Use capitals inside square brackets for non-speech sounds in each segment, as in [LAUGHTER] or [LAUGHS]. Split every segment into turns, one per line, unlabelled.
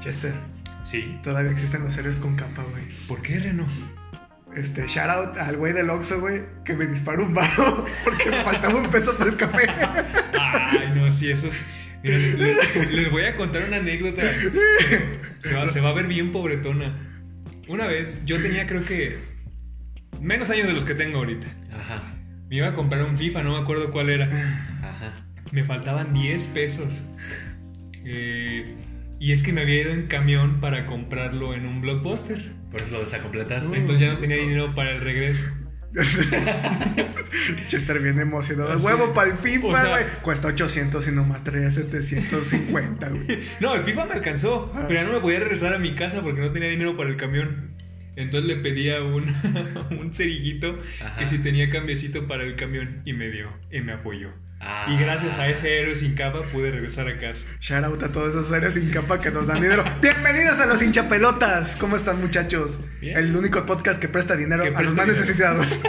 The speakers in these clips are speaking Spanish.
Chester.
Sí.
Todavía existen los héroes con capa, güey.
¿Por qué, Reno?
Este, shout out al güey del Oxxo, güey, que me disparó un barro [LAUGHS] porque me faltaba un peso para el café. [LAUGHS]
Ay, no, sí, eso es. Mira, le- le- les, voy a contar una anécdota. Se va, se va a ver bien pobretona. Una vez, yo tenía creo que menos años de los que tengo ahorita.
Ajá,
Me iba a comprar un FIFA, no me acuerdo cuál era.
ajá.
Me faltaban 10 pesos. Eh, y es que me había ido en camión para comprarlo en un blockbuster.
Por eso lo desacompletaste.
Entonces ya no tenía dinero para el regreso.
Chester bien emocionado.
Ah, Sí.
Huevo para el FIFA,
O sea-
güey. Cuesta 800 y nomás traía 750, güey.
No, el FIFA me alcanzó,
Ah.
pero ya no me podía regresar a mi casa porque no tenía dinero para el camión. Entonces le pedí a un, [LAUGHS] un cerillito
Ajá.
que si tenía cambiecito para el camión y me dio y me apoyó.
Ah.
Y gracias a ese héroe sin capa pude regresar
[LAUGHS]
a casa.
Shout out a todos esos héroes sin capa que nos dan
[LAUGHS]
dinero. Bienvenidos a los hinchapelotas. ¿Cómo están, muchachos?
Bien.
El único podcast que presta dinero
Que
a los
presta
más
dinero.
necesitados.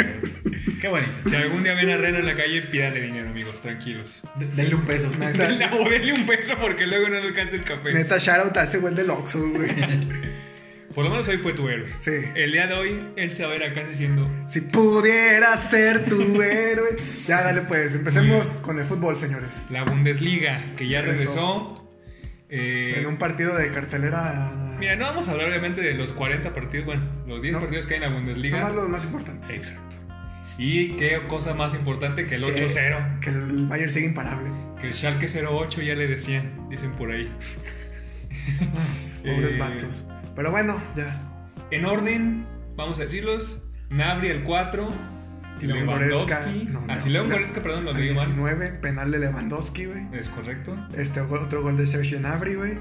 [LAUGHS]
Qué bonito.
Si algún día ven a Reno en la calle, pídale dinero, amigos, tranquilos.
Denle un peso.
[LAUGHS]
Neta,
O denle un peso porque luego no le alcanza el café.
neta, shout out a ese güey del Oxxo, güey.
[LAUGHS] Por lo menos hoy fue tu héroe.
Sí.
El día de hoy, él se va a ir a casa diciendo...
Si pudiera ser
[LAUGHS]
tu héroe. Ya, dale, pues. Empecemos con el fútbol, señores.
La Bundesliga, que ya
Regresó.
regresó. Eh,
En un partido de cartelera.
Mira, no vamos a hablar obviamente de los 40 partidos, bueno, los 10
No.
partidos que hay en la Bundesliga.
Nomás los más importantes.
Exacto. Y qué cosa más importante que el
Que-
8-0,
Que el Bayern sigue imparable.
que el Schalke 08 ya le decían, dicen por ahí.
[LAUGHS] Pobres
Eh,
vatos. Pero bueno, ya.
En orden, vamos a decirlos, Nabri el 4,
León
Lewandowski,
Goretzka, no, no,
así León
no.
Goretzka, perdón, lo
Al
digo mal.
19, penal de Lewandowski, güey.
¿Es correcto?
Este, otro gol de Sergio Gnabry, güey.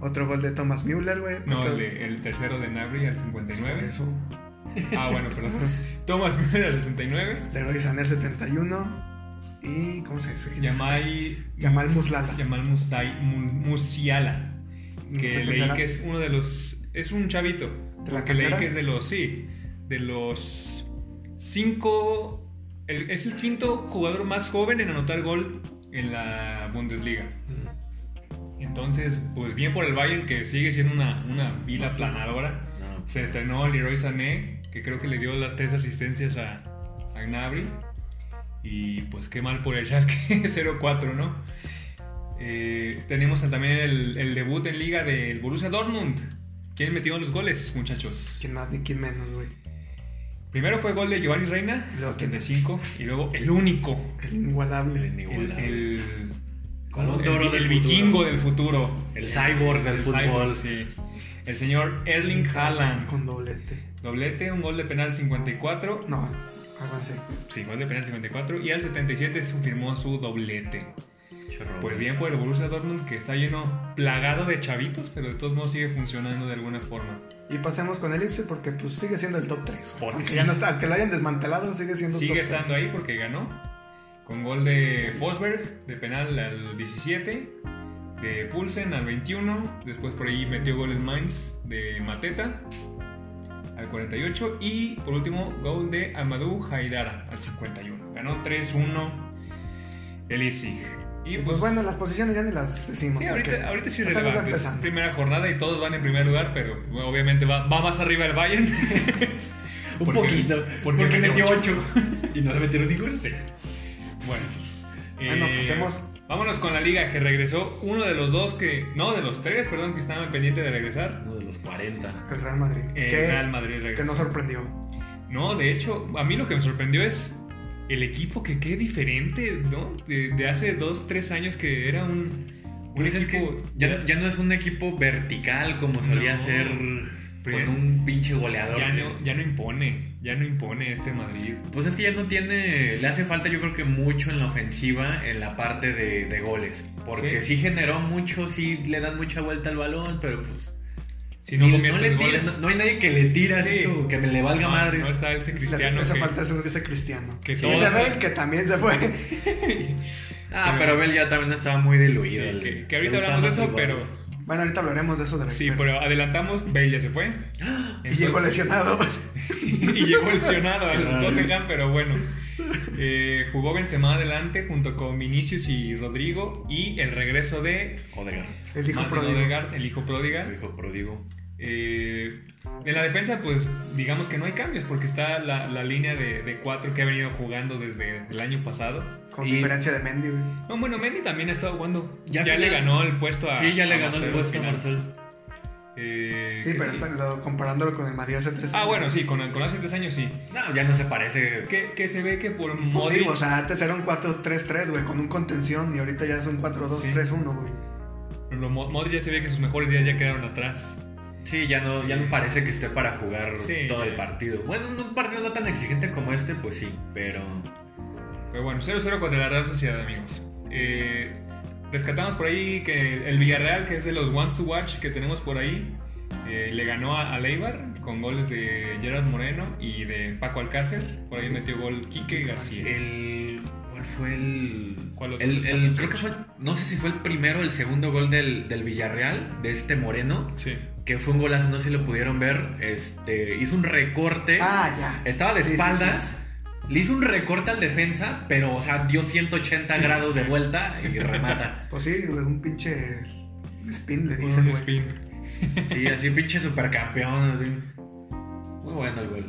Otro gol de Thomas Müller, güey.
No,
Otro-
el, de- el tercero de Nabri al 59.
Eso.
Ah, bueno,
[LAUGHS]
perdón. Thomas Müller al 69.
Leroy Sané 71. Y. ¿Cómo se dice?
Yamai
Yamal Muslala.
Yamal Mustai, Mu- Musiala,
No
que
sé
leí
quién será.
que es uno de los, es un chavito,
¿De la
que leí
cantera?
que es de los, sí, de los cinco, el- es el quinto jugador más joven en anotar gol en la Bundesliga. Entonces, pues bien por el Bayern, que sigue siendo una, una vila planadora.
ah, No.
Se estrenó Leroy Sané, que creo que le dio las tres asistencias a, a Gnabry. Y pues qué mal por el Schalke [LAUGHS] 0-4, ¿no? Eh, tenemos también el, el debut en liga del Borussia Dortmund. ¿Quién metió los goles, muchachos?
¿Quién más ni quién menos, güey?
Primero fue gol de Giovanni Reina,
Luego,
el 85, y luego el único,
El inigualable.
El
el,
inigualable.
el,
Balón
el-
de oro
el
del futuro.
vikingo del futuro,
El cyborg del
El
fútbol.
cyborg, sí. el señor Erling Haaland.
Con doblete.
Doblete, un gol de penal 54.
No, avance.
Sí, gol de penal 54. Y al 77 su- firmó su doblete.
Chorro.
Pues bien por el Borussia Dortmund que está lleno, plagado de chavitos, pero de todos modos sigue funcionando de alguna forma.
Y pasemos con el Ipswich porque pues sigue siendo el top 3.
Porque
aunque
sí.
ya no está, aunque lo hayan desmantelado, sigue siendo
Sigue
top
estando ahí porque ganó. Con gol de Fosberg de penal al 17, de Pulsen al 21, después por ahí metió gol en Mainz de Mateta al 48 y por último gol de Amadou Haidara al 51. Ganó 3-1 el Leipzig.
Y
Y
pues,
pues,
bueno, las posiciones ya ni las decimos.
sí,
porque
ahorita, ahorita es
apenas va
irrelevante. Es
empezando.
primera jornada y todos van en primer lugar, pero bueno, obviamente va, va más arriba el Bayern. [LAUGHS]
Un
Porque-
poquito.
porque metió
8.
[LAUGHS]
y no le metieron ni gol.
Sí. Bueno.
Bueno,
eh,
pasemos.
Vámonos con la liga que regresó uno de los dos que. No, de los tres, perdón, que estaban pendientes de regresar.
Uno de los 40.
El Real Madrid.
El
que,
Real Madrid
que
regresó.
nos sorprendió.
No, de hecho, a mí lo que me sorprendió es el equipo que qué diferente, ¿no? De, de hace dos, tres años que era un, un
Pues es
equipo.
que ya, ya no es un equipo vertical como solía
No.
ser
Pero-
con un pinche goleador.
ya
güey.
no, ya no impone, ya no impone este Madrid.
Pues es que ya no tiene. Le hace falta, yo creo que mucho en la ofensiva, en la parte de, de goles. Porque sí.
Sí.
generó mucho, sí le dan mucha vuelta al balón, pero pues.
Si no
ni-
conviertes
le tira,
goles,
no, no hay nadie que le tira así
Sí.
como que me le valga
no,
madre.
no está ese
Le hace,
cristiano.
le hace
que-
falta seguro que ese Cristiano.
que
y
todo-
se ve el que también se fue. [LAUGHS]
Ah,
pero-
pero Bel ya también estaba muy diluido.
Sí,
el-
que,
le
que ahorita
gustaba
hablamos de
más
eso,
el
pero.
gol.
Bueno, ahorita hablaremos de eso de la
Sí,
espera.
pero adelantamos, Bale ya se fue.
Y llegó
Entonces-
lesionado. [LAUGHS]
[LAUGHS] y llegó lesionado al
Claro.
Tottenham, pero bueno. Eh, jugó Benzema adelante junto con Vinicius y Rodrigo y el regreso de
Odegaard.
¿Eh?
El hijo
Martin
pródigo.
Odegaard, el hijo pródiga.
el hijo pródigo.
Eh, en la defensa, pues digamos que no hay cambios porque está la, la línea de, de cuatro que ha venido jugando desde el año pasado.
Con
Y-
diferencia de Mendy, güey.
No, bueno, Mendy también ha estado jugando.
Ya
Ya,
se
le
le-
ganó el puesto a
sí, ya le
a
ganó el
Marcelo
puesto a
Espinal.
Marcel.
Eh,
Sí,
que
pero
sí.
está- lo- comparándolo con el Madrid hace tres
Ah,
años.
bueno, sí, con, con hace tres años sí.
No, ya no se parece.
Que, que se ve que por
Pues sí,
Modric...
o sea, antes era un 4-3-3, güey, con un contención y ahorita ya es un 4-2-3-1, güey.
lo- Mo- Modric ya se ve que sus mejores días ya quedaron atrás.
Sí, ya no, ya no parece que esté para jugar
Sí,
todo el
ya.
partido. Bueno, en un partido no tan exigente como este, pues sí, pero.
Pero bueno, 0-0 contra la Real Sociedad, amigos. Eh, rescatamos por ahí que el Villarreal, que es de los ones to watch que tenemos por ahí, eh, le ganó a, a Leibar con goles de Gerard Moreno y de Paco Alcácer. Por ahí metió gol Quique García.
El, ¿Cuál fue el.?
¿Cuál otro
el,
está
el-
pensando?
creo que fue. No sé si fue el primero o el segundo gol del, del Villarreal, de este Moreno,
Sí.
que fue un golazo, no sé si lo pudieron ver. Este, hizo un recorte.
Ah, ya.
Estaba de
Sí, sí,
espaldas. Le hizo un recorte al defensa, pero, o sea, dio 180
Sí,
grados
sí.
de vuelta y remata.
Pues sí, güey, un pinche spin le dicen,
Un
güey.
spin.
Sí, así pinche supercampeón. Así. Muy bueno el gol.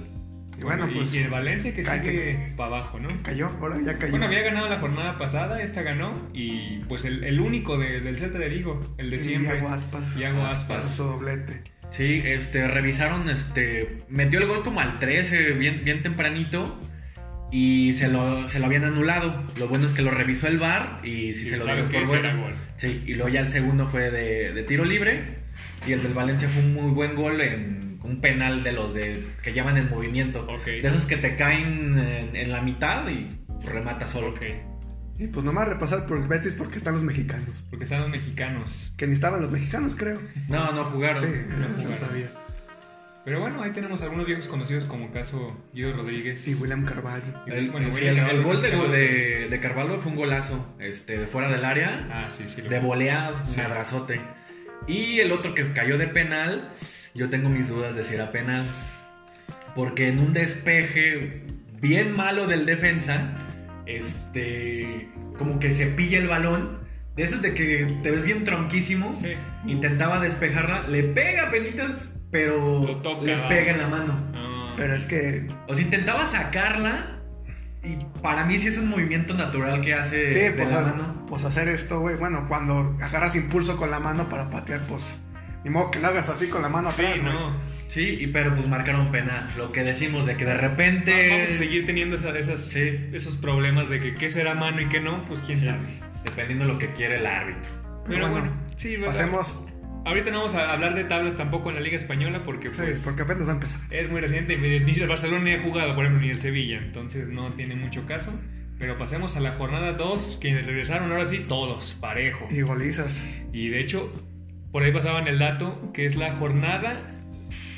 Y bueno,
y-
pues
y el Valencia que
cállate.
sigue para abajo, ¿no?
cayó, ahora ya cayó.
Bueno, había ganado la jornada pasada, esta ganó y pues el, el único de- del Celta de Vigo, el de
Y
siempre,
Iago Aspas.
Iago Aspas.
Su doblete.
Sí, este, revisaron, este, metió el gol como al 13, bien, bien tempranito, y se lo, se lo habían anulado. Lo bueno es que lo revisó el VAR y si
Y
se lo
sabes
dieron
que
por
ese era
bueno.
gol.
Sí, y luego ya el segundo fue de, de tiro libre, y el del Valencia fue un muy buen gol en un penal de los de, que llaman el movimiento.
Ok.
De esos que te caen en, en la mitad y remata solo.
Ok,
Y pues nomás repasar por el Betis porque están los mexicanos.
porque están los mexicanos.
Que ni estaban los mexicanos, creo.
No, no jugaron.
sí, no,
claro.
sabía.
Pero bueno, ahí tenemos algunos viejos conocidos como caso Guido Rodríguez.
Y William Carvalho.
Y
El,
bueno,
sí,
William
el- el
Carvalho
gol de,
Carvalho.
de, de Carvalho fue un golazo, este, de fuera del área.
Ah, sí, sí. lo-
De volea,
Sí.
madrazote. Y el otro que cayó de penal, yo tengo mis dudas de si era penal. Porque en un despeje bien malo del defensa, este, como que se pilla el balón. De esos de que te ves bien tronquísimo.
Sí.
Intentaba despejarla, le pega a penitas, pero
Lo toca,
le
vamos.
pega en la mano.
Ah,
Pero es que.
O sea, intentaba sacarla. Y para mí sí es un movimiento natural que hace
Eh,
Sí,
de
pues,
la
haz-
mano.
pues hacer esto, güey. Bueno, cuando agarras impulso con la mano para patear, pues. Ni modo que lo hagas así con la mano
sí,
atrás, güey.
no. Ah,
Sí, y pero pues marcaron penal. Lo que decimos de que de repente.
Ah, Vamos a seguir teniendo esa- esas,
Sí.
esos problemas de que qué será mano y qué no, pues quién
Sí,
sabe.
Dependiendo de lo que quiere el árbitro.
Pero
Pero
bueno,
bueno,
sí, ¿verdad?
Pasemos.
Ahorita no vamos a hablar de tablas tampoco en la Liga Española porque,
Sí,
pues,
porque apenas va a empezar.
es muy reciente. Ni el Barcelona ni ha jugado, por ejemplo, ni el Sevilla, entonces no tiene mucho caso. Pero pasemos a la jornada 2, que regresaron ahora sí todos, parejo.
Y golizas.
Y de hecho, por ahí pasaban el dato que es la jornada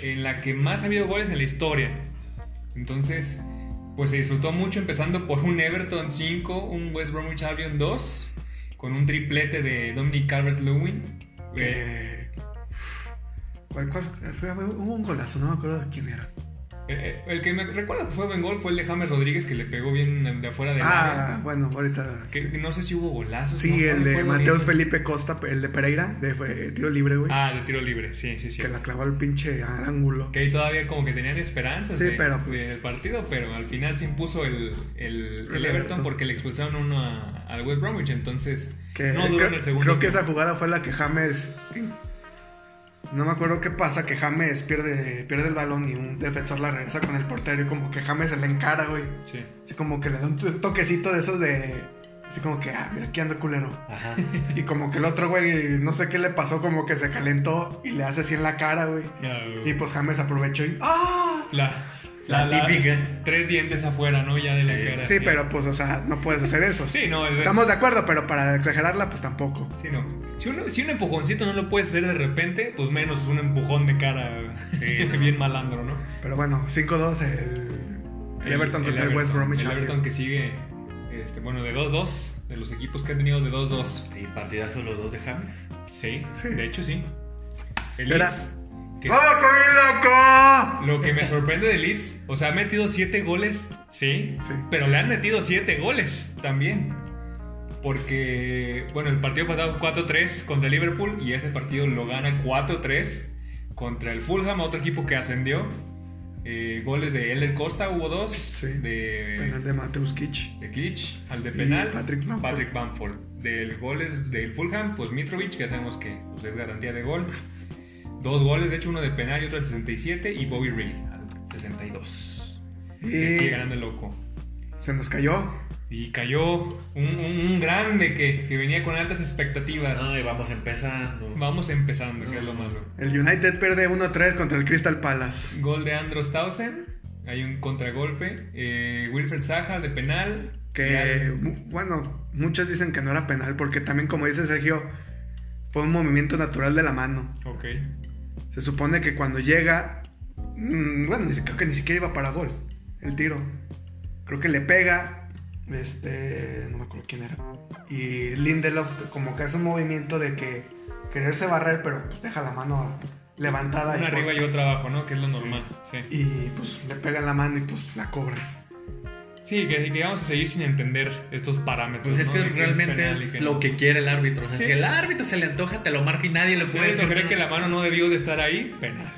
en la que más ha habido goles en la historia. Entonces, pues se disfrutó mucho empezando por un Everton 5, un West Bromwich Albion 2, con un triplete de Dominic Calvert-Lewin. Eh,
Eh, ¿Cuál, cuál? Fue- Hubo un golazo, no me acuerdo de quién era.
eh, el que me recuerda que fue buen gol fue el de James Rodríguez que le pegó bien de afuera del
Ah,
área.
bueno, ahorita.
Que no sé si hubo golazos.
Sí,
no- no
el de
recuerdo
Mateus
bien.
Felipe Costa, el de Pereira, de fue- tiro libre, güey.
Ah, de tiro libre, sí, sí, sí.
que la clavó al pinche al ángulo.
Que ahí todavía como que tenían esperanzas
Sí,
de-
pero, pues.
del partido, pero al final se impuso el, el- el
El
Everton
Everton.
porque le expulsaron uno a- al West Bromwich, entonces
Que
no duró
creo,
en el segundo.
creo que
tiempo.
esa jugada fue la que James. No me acuerdo qué pasa, que James pierde, pierde el balón y un defensor la regresa con el portero y como que James se le encara, güey.
Sí.
Así como que le da un to- toquecito de esos de. Así como que, ah, mira, aquí anda el culero.
Ajá.
[LAUGHS] Y como que el otro, güey, no sé qué le pasó, como que se calentó y le hace así en la cara, güey.
No.
Y pues James aprovechó y. ¡Ah!
la,
La típica.
Tres dientes afuera, ¿no? Ya de la
Sí.
cara.
Sí, pero pues, o sea, no puedes hacer eso.
Sí, no, es-
Estamos de acuerdo, pero para exagerarla, pues tampoco.
sí, no. Si, uno- si un empujoncito no lo puedes hacer de repente, pues menos un empujón de cara [LAUGHS] bien malandro, ¿no?
Pero bueno, 5-2 el, el Everton contra el, West
Everton,
Bromwich.
El Everton
Albion.
que sigue, este, bueno, de 2-2, de los equipos que han tenido de 2-2.
Y partidazos los dos de James.
Sí,
Sí.
de hecho sí. El
Era-
Leeds, que
¡Vamos con el loco!
Lo que me sorprende de Leeds, o sea, ha metido 7 goles, sí,
Sí.
pero le han metido 7 goles también. Porque, bueno, el partido pasado 4-3 contra Liverpool y ese partido lo gana 4-3 contra el Fulham, otro equipo que ascendió. Eh, goles de Elder Costa hubo dos,
Sí. En el
de,
de Mateus Kitsch.
de Klitsch, al de
Y
penal,
Patrick Bamford.
Patrick Bamford. Del goles del Fulham, pues Mitrovic, que sabemos que pues, es garantía de gol. Dos goles, de hecho uno de penal y otro al 67 y Bobby Reed al 62.
Eh.
Le sigue ganando el loco.
Se nos cayó.
Y cayó un, un- un grande que, que venía con altas expectativas.
Ay, vamos empezando.
Vamos empezando, que es lo malo.
El United pierde 1-3 contra el Crystal Palace.
Gol de Andros Tausen. Hay un contragolpe. Eh, Wilfred Saja de penal.
Que,
Ya-
mu- bueno, muchos dicen que no era penal porque también, como dice Sergio, fue un movimiento natural de la mano.
Ok.
Se supone que cuando llega, mm, bueno, ni si- creo que ni siquiera iba para gol el tiro. Creo que le pega, este, no me acuerdo quién era. Y Lindelof como que hace un movimiento de que quererse barrer, pero pues deja la mano levantada.
Una
y,
arriba
pues,
y otra abajo, ¿no? Que es lo normal. Sí.
y pues le pega en la mano y pues la cobra.
Sí, que, que vamos a seguir sin entender estos parámetros.
Pues es
¿no?
que
De qué
realmente
penal y
es
qué no.
lo que quiere el árbitro. O sea,
Sí.
si el árbitro se le antoja, te lo marca y nadie le
Si
puede
eso
decir
cree
no.
que la mano no debió de estar ahí, penal.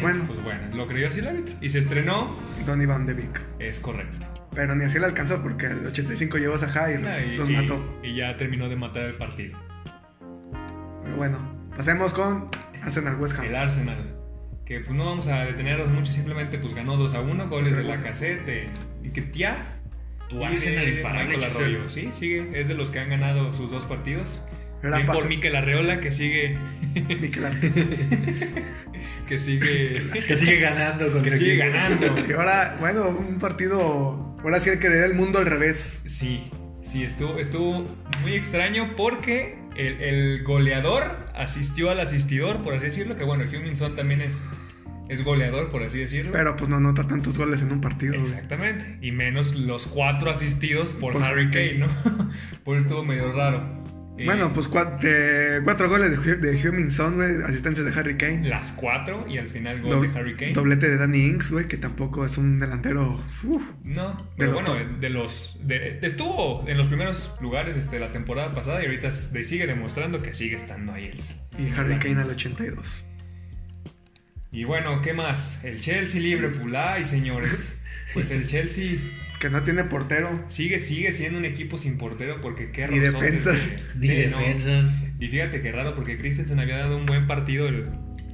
Pues bueno.
pues bueno, lo creyó así el árbitro. Y se estrenó,
Donny Van de Beek.
es correcto.
Pero ni así le alcanzó porque el 85 llevó a Saha y
Y,
los
y-
mató.
y ya terminó de matar el partido.
Pero bueno, pasemos con Arsenal West
El
Ham.
Arsenal. Que pues no vamos a detenernos mucho, simplemente pues ganó 2 a 1, goles de
Pero
la
bueno.
casete. Y que tía.
Tu Arsenal imparable,
Michael
Chisel.
Arroyo. Sí, sigue. Es de los que han ganado sus dos partidos.
Era
Bien por
pase-
Mikel Arreola que sigue.
Mikel Arteta.
[LAUGHS]
Que sigue.
[LAUGHS] Que sigue ganando con
que
su
sigue
equipo.
ganando.
[LAUGHS]
Y ahora, bueno, un partido. Ahora sí el que le da el mundo al revés.
Sí, sí, estuvo, estuvo muy extraño porque el, el goleador asistió al asistidor, por así decirlo, que bueno, Huminson también es, es goleador, por así decirlo.
Pero pues no anota tantos goles en un partido. güey.
Exactamente, y menos los cuatro asistidos por,
Por
Harry Kane, ¿no? [LAUGHS] por eso estuvo medio raro. Eh,
Bueno, pues cua- de cuatro goles de, Hu- de Huminson, güey. Asistencias de Harry Kane.
las cuatro y al final gol
Do-
de Harry Kane.
Doblete de Danny Ings, güey, que tampoco es un delantero. uf,
No, pero
los
bueno,
top.
de los de- de- estuvo en los primeros lugares este, la temporada pasada y ahorita s- sigue demostrando que sigue estando ahí el
y Harry Kane al 82.
Y bueno, ¿qué más? El Chelsea Liverpool,
[LAUGHS]
ay señores. Pues el Chelsea
Que no tiene portero.
sigue, sigue siendo un equipo sin portero porque qué
Ni
rozotes
defensas. [LAUGHS]
de-
Ni
de- no.
defensas.
Y fíjate qué raro porque Christensen había dado un buen partido el.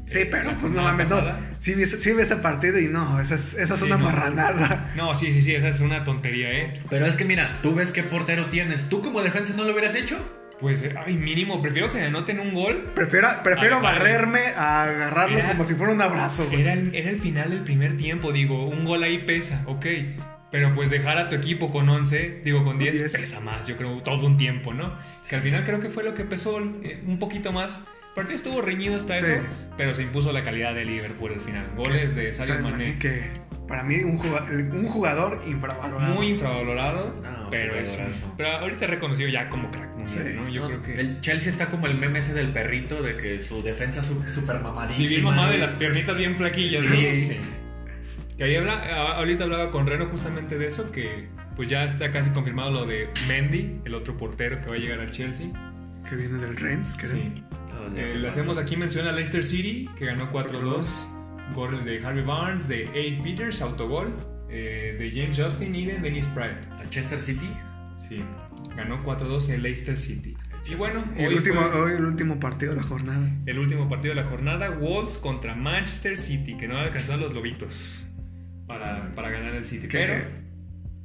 Sí,
eh,
pero
la
pues no
jornada
mames, no.
pasada.
Sí, ves- sí ves ese partido y no, esa es, esa es
Sí,
una
no.
marranada.
No, sí, sí, sí, esa es una tontería, ¿eh?
Pero es que mira, tú ves qué portero tienes. ¿Tú como defensa no lo hubieras hecho?
Pues, eh, ay, mínimo, prefiero que me anoten un gol.
Prefiero, prefiero
Al padre.
barrerme a agarrarlo
Era-
como si fuera un abrazo, güey.
Era el, era el final del primer tiempo, digo, un gol ahí pesa, ok. Pero pues dejar a tu equipo con 11, digo con 10,
10.
pesa más, yo creo, todo un tiempo, ¿no? Que al final creo que fue lo que pesó eh, un poquito más. El partido estuvo reñido hasta
Sí.
eso, pero se impuso la calidad de Liverpool al final. Goles de Sadio
Sadio Mané,
Mané,
Que para mí un jugador, un jugador infravalorado.
muy infravalorado,
No,
pero es un-
jugadorazo.
pero ahorita reconocido ya como crack mundial,
Sí,
¿no? Yo
No,
creo que
El Chelsea está como el meme ese del perrito de que su defensa es su- súper mamadísima.
Si bien mamá de
güey.
las piernitas bien flaquillas, ¿no?
Sí.
Que ahí habla, a- ahorita hablaba con Reno justamente de eso, que pues ya está casi confirmado lo de Mendy, el otro portero que va a llegar al Chelsea.
Que viene del Rennes. Que
Sí.
No, no
Eh,
sé.
le hacemos aquí mención a Leicester City, que ganó 4-2. Goles de Harvey Barnes, de Aid Peters, autogol. eh, de James Justin y de Dennis Pryor.
¿A Chester City?
Sí, ganó 4-2 el Leicester City. Y bueno,
Y el,
hoy
último,
fue-
hoy el último partido de la jornada.
el último partido de la jornada, Wolves contra Manchester City, que no alcanzó a los lobitos para, para ganar el City.
Que-
Pero,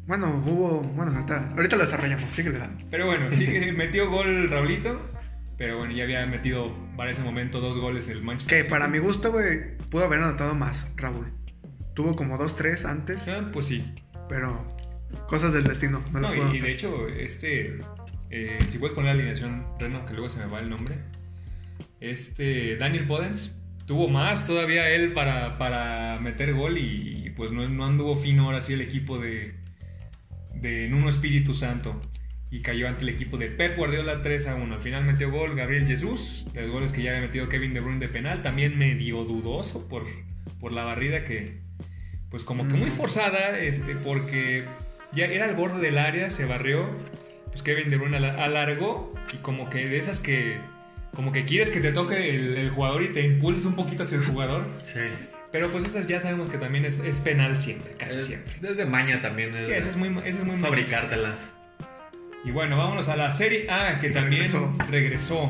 Bueno, hubo. Bueno, ahorita, ahorita lo desarrollamos, síguele dando.
pero bueno, sí que [LAUGHS] metió gol Raulito, pero bueno, ya había metido para ese momento dos goles el Manchester
Que
City.
para mi gusto, güey, pudo haber anotado más, Raúl. Tuvo como dos, tres antes,
Ah, pues sí.
pero cosas del destino. No, las
No,
puedo
y, y de
anotar.
hecho, este, eh, si puedes poner la alineación, Reno, que luego se me va el nombre. Este, Daniel Podens tuvo más todavía él para, para meter gol y, y, pues no, no anduvo fino ahora sí el equipo de, de Nuno Espíritu Santo. y cayó ante el equipo de Pep Guardiola 3 a 1. Al final metió gol Gabriel Jesús, de los goles que ya había metido Kevin De Bruyne de penal, también medio dudoso por, por la barrida que, pues como que muy forzada, este, porque ya era al borde del área, se barrió, pues Kevin De Bruyne ala- alargó y como que de esas que, como que quieres que te toque el, el jugador y te impulses un poquito hacia el jugador,
Sí.
pero pues esas ya sabemos que también es, es penal siempre, casi
Es-
siempre.
Desde maña también es,
Sí, eso es muy, eso es muy
fabricártelas.
Y bueno, vámonos a la Serie A, que
Y
también
regresó.
regresó.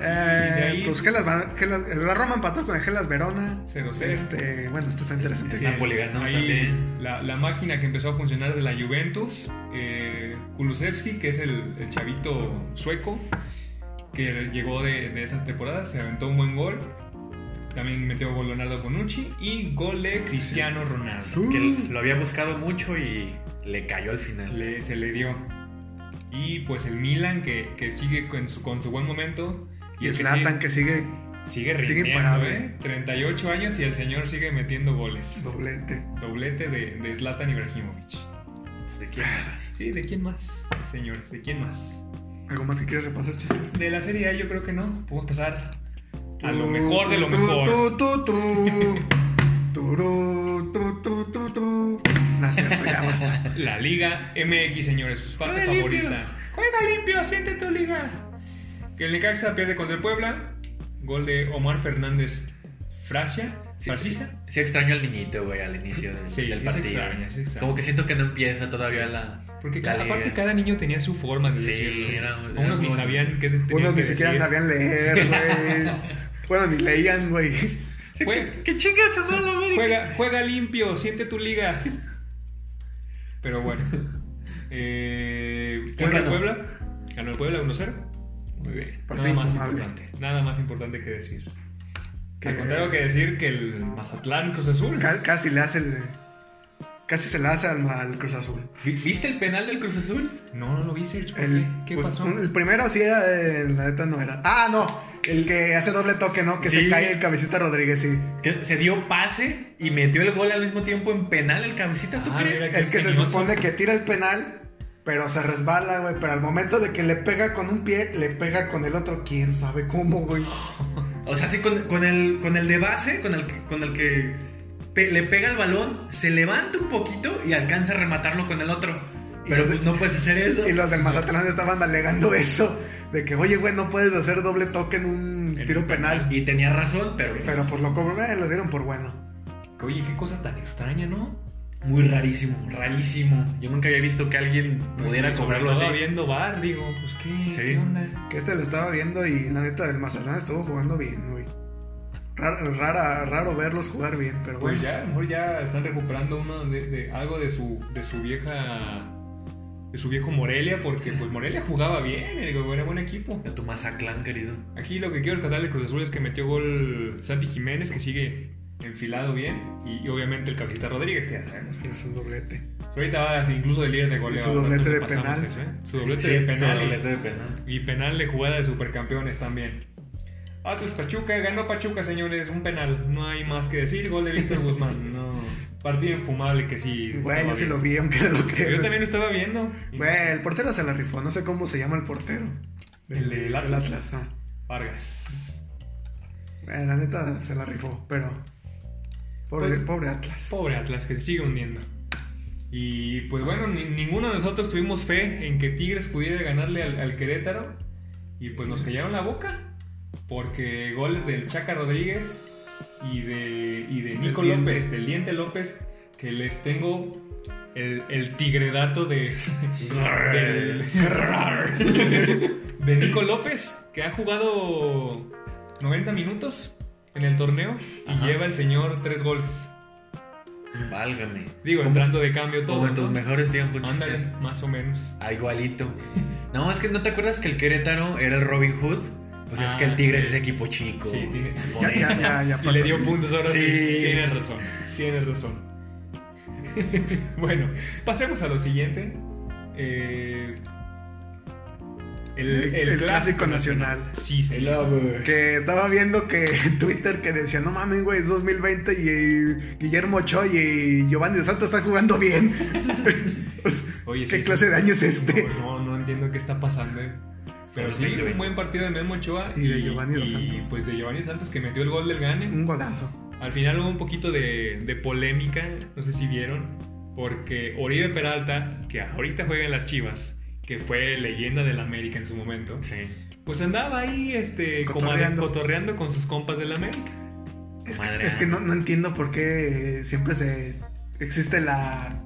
Eh,
Y de ahí-
Pues que las, la Roma empató con el Gelas Verona.
0-0.
Este, bueno, esto está interesante.
Sí,
Napoli ganó
ahí
también.
La, la máquina que empezó a funcionar de la Juventus, eh, Kulusevski, que es el, el chavito sueco que llegó de, de esas temporadas, se aventó un buen gol. También metió gol Leonardo Bonucci y gol de Cristiano Ronaldo.
Su-
Que lo había buscado mucho y le cayó al final.
Le- se le dio. Y pues el Milan que, que sigue con su, con su buen momento.
y
el que
Slatan
sigue-
que sigue
Sigue
Sigue
rindiendo,
imparable.
¿eh? 38 años y el señor sigue metiendo goles.
doblete.
Doblete de, de Zlatan Ibrahimovic.
Pues, ¿De quién más?
Sí, ¿de quién más? Señores, ¿de quién más?
¿Algo más que quieres repasar, Chester?
De la Serie A yo creo que no. Podemos pasar a lo mejor de lo
Tu,
mejor.
tu,
[LAUGHS]
tu, tu. Turú, tu, tu, tu, tu. No es cierto, ya basta.
[LAUGHS] La Liga MX, señores, su parte
Juega limpio.
favorita. Juega limpio, siente tu liga. Que el Necaxa pierde contra el Puebla. Gol de Omar Fernández Frasia.
Sí,
Farcisa.
sí- sí extraño al niñito, güey, al inicio del,
Sí,
del
sí se
partido.
extraña, se extraña.
Como que siento que no empieza todavía
Sí.
la.
Porque
la
cada-
liga.
aparte cada niño tenía su forma de
Sí,
decirlo.
era- era
Unos ni
muy-
sabían qué tenían
Unos
que
ni siquiera
decir.
sabían leer, güey. Bueno, ni leían, güey. [LAUGHS]
Sí,
Jue-
que- que chingas a
[LAUGHS]
la América.
Juega, juega limpio, siente tu liga. Pero bueno. Eh, ganó el
ganó?
Puebla. Ganó el Puebla 1-0. Muy bien. Nada
Partido
más
infumable.
importante. Nada más importante que decir.
Que-
Al contrario que decir que el Mazatlán Cruz Azul.
Ca- Casi le hace el. Casi se la hace al, al Cruz Azul.
Vi- ¿Viste el penal del Cruz Azul? pues,
No, no lo vi, Serge. ¿por
El-
qué? ¿Qué
un-
pasó?
un- el primero sí era, eh, la neta no era. Ah, no, el que hace doble toque, ¿no? Que
Sí.
se cae el cabecita Rodríguez, sí.
Que Se dio pase y metió el gol al mismo tiempo en penal el cabecita, ¿tú
Ah,
crees?
mira. Qué
Es que se
ingenioso.
supone que tira el penal, pero se resbala, güey. Pero al momento de que le pega con un pie, le pega con el otro, quién sabe cómo, güey.
O sea, sí, con, con el, con el de base, con el, que- con el que pe- le pega el balón, se levanta un poquito y alcanza a rematarlo con el otro.
Y
Pero
los de-
pues no puedes hacer eso.
Y los del Mazatlán estaban alegando eso, de que, oye, güey, no puedes hacer doble toque en un
En
tiro
un
penal.
Y tenía razón, pero
Pero pues lo cobró, eh, los dieron por bueno.
Oye, qué cosa tan extraña, ¿no?
muy rarísimo, rarísimo. Yo nunca había visto que alguien pudiera
Pues, sobre
cobrarlo
todo
así.
viendo bar, digo, pues qué,
Sí.
¿qué onda.
Que este lo estaba viendo y la neta del Mazatlán estuvo jugando bien, güey. Raro, rara- raro verlos jugar bien, pero bueno.
Pues ya, a lo mejor ya están recuperando uno de, de- algo de su, de su vieja. De su viejo Morelia, porque pues Morelia jugaba bien, digo, era buen equipo.
De tu Mazatlán, querido.
Aquí lo que quiero rescatar de Cruz Azul es que metió gol Santi Jiménez, que sigue enfilado bien, y, y obviamente el Capitán Rodríguez, que ya sabemos que
Es un doblete.
ahorita va incluso de líder de goleo.
Y su doblete
ahorita
de
repasamos
penal.
eso, ¿eh? Su doblete
Sí,
de
su
penal. y-
doblete de penal.
y penal de jugada de supercampeones también. Atlas Pachuca, ganó Pachuca, señores, un penal. No hay más que decir. Gol de Víctor
[LAUGHS]
Guzmán. No. Partido infumable que sí.
Güey,
estaba
yo sí
bien.
lo vi, aunque no lo creo.
Yo también lo estaba viendo.
Güey, el portero se la rifó, no sé cómo se llama el portero.
¿El del Atlas?
no.
Vargas.
Güey, la neta se la rifó, pero. Pobre,
Pues-
pobre Atlas.
Pobre Atlas que se sigue hundiendo. Y pues bueno, ni- ninguno de nosotros tuvimos fe en que Tigres pudiera ganarle al, al Querétaro. Y pues nos callaron la boca. Porque goles del Chaca Rodríguez y de, y de Nico
Diente.
López, del Diente López, que les tengo el, el tigredato de, del- [LAUGHS] de Nico López, que ha jugado 90 minutos en el torneo y
Ajá.
lleva el señor tres goles.
Válgame.
Digo,
Como-
entrando de cambio todo.
Como en
¿no?
tus mejores tiempos,
Ándale,
chiste.
más o menos.
Ah, igualito. No, es que no te acuerdas que el Querétaro era el Robin Hood. O sea, es que
Ah,
el Tigres
sí.
es equipo chico.
Sí,
[LAUGHS]
tiene.
Ya, ya, ya, ya
Y
pasó.
le dio puntos ahora sí.
Sí.
Tienes razón. Tienes razón. [LAUGHS] bueno, pasemos a lo siguiente. Eh,
El- el clásico nacional.
Sí,
Sí,
señor.
luego, güey.
Que estaba viendo que [LAUGHS] en Twitter que decía, no mames, güey, es 2020 y eh, Guillermo eh, Choy y Giovanni de Santo están jugando bien. ¿Qué
Oye, sí,
clase
sí.
de año es este?
No, no, no entiendo qué está pasando. eh. Pero sí,
Sorprende.
un buen partido de Memo Ochoa
Y de Giovanni Dos
y,
Santos.
pues de Giovanni Santos que metió el gol del Gane.
Un golazo.
Al final hubo un poquito de, de polémica, no sé si vieron, porque Oribe Peralta, que ahorita juega en las Chivas, que fue leyenda del América en su momento,
Sí.
pues andaba ahí este, cotorreando.
Cotorreando.
cotorreando con sus compas del América.
Es
Madre.
que, es que no, no entiendo por qué siempre se existe la,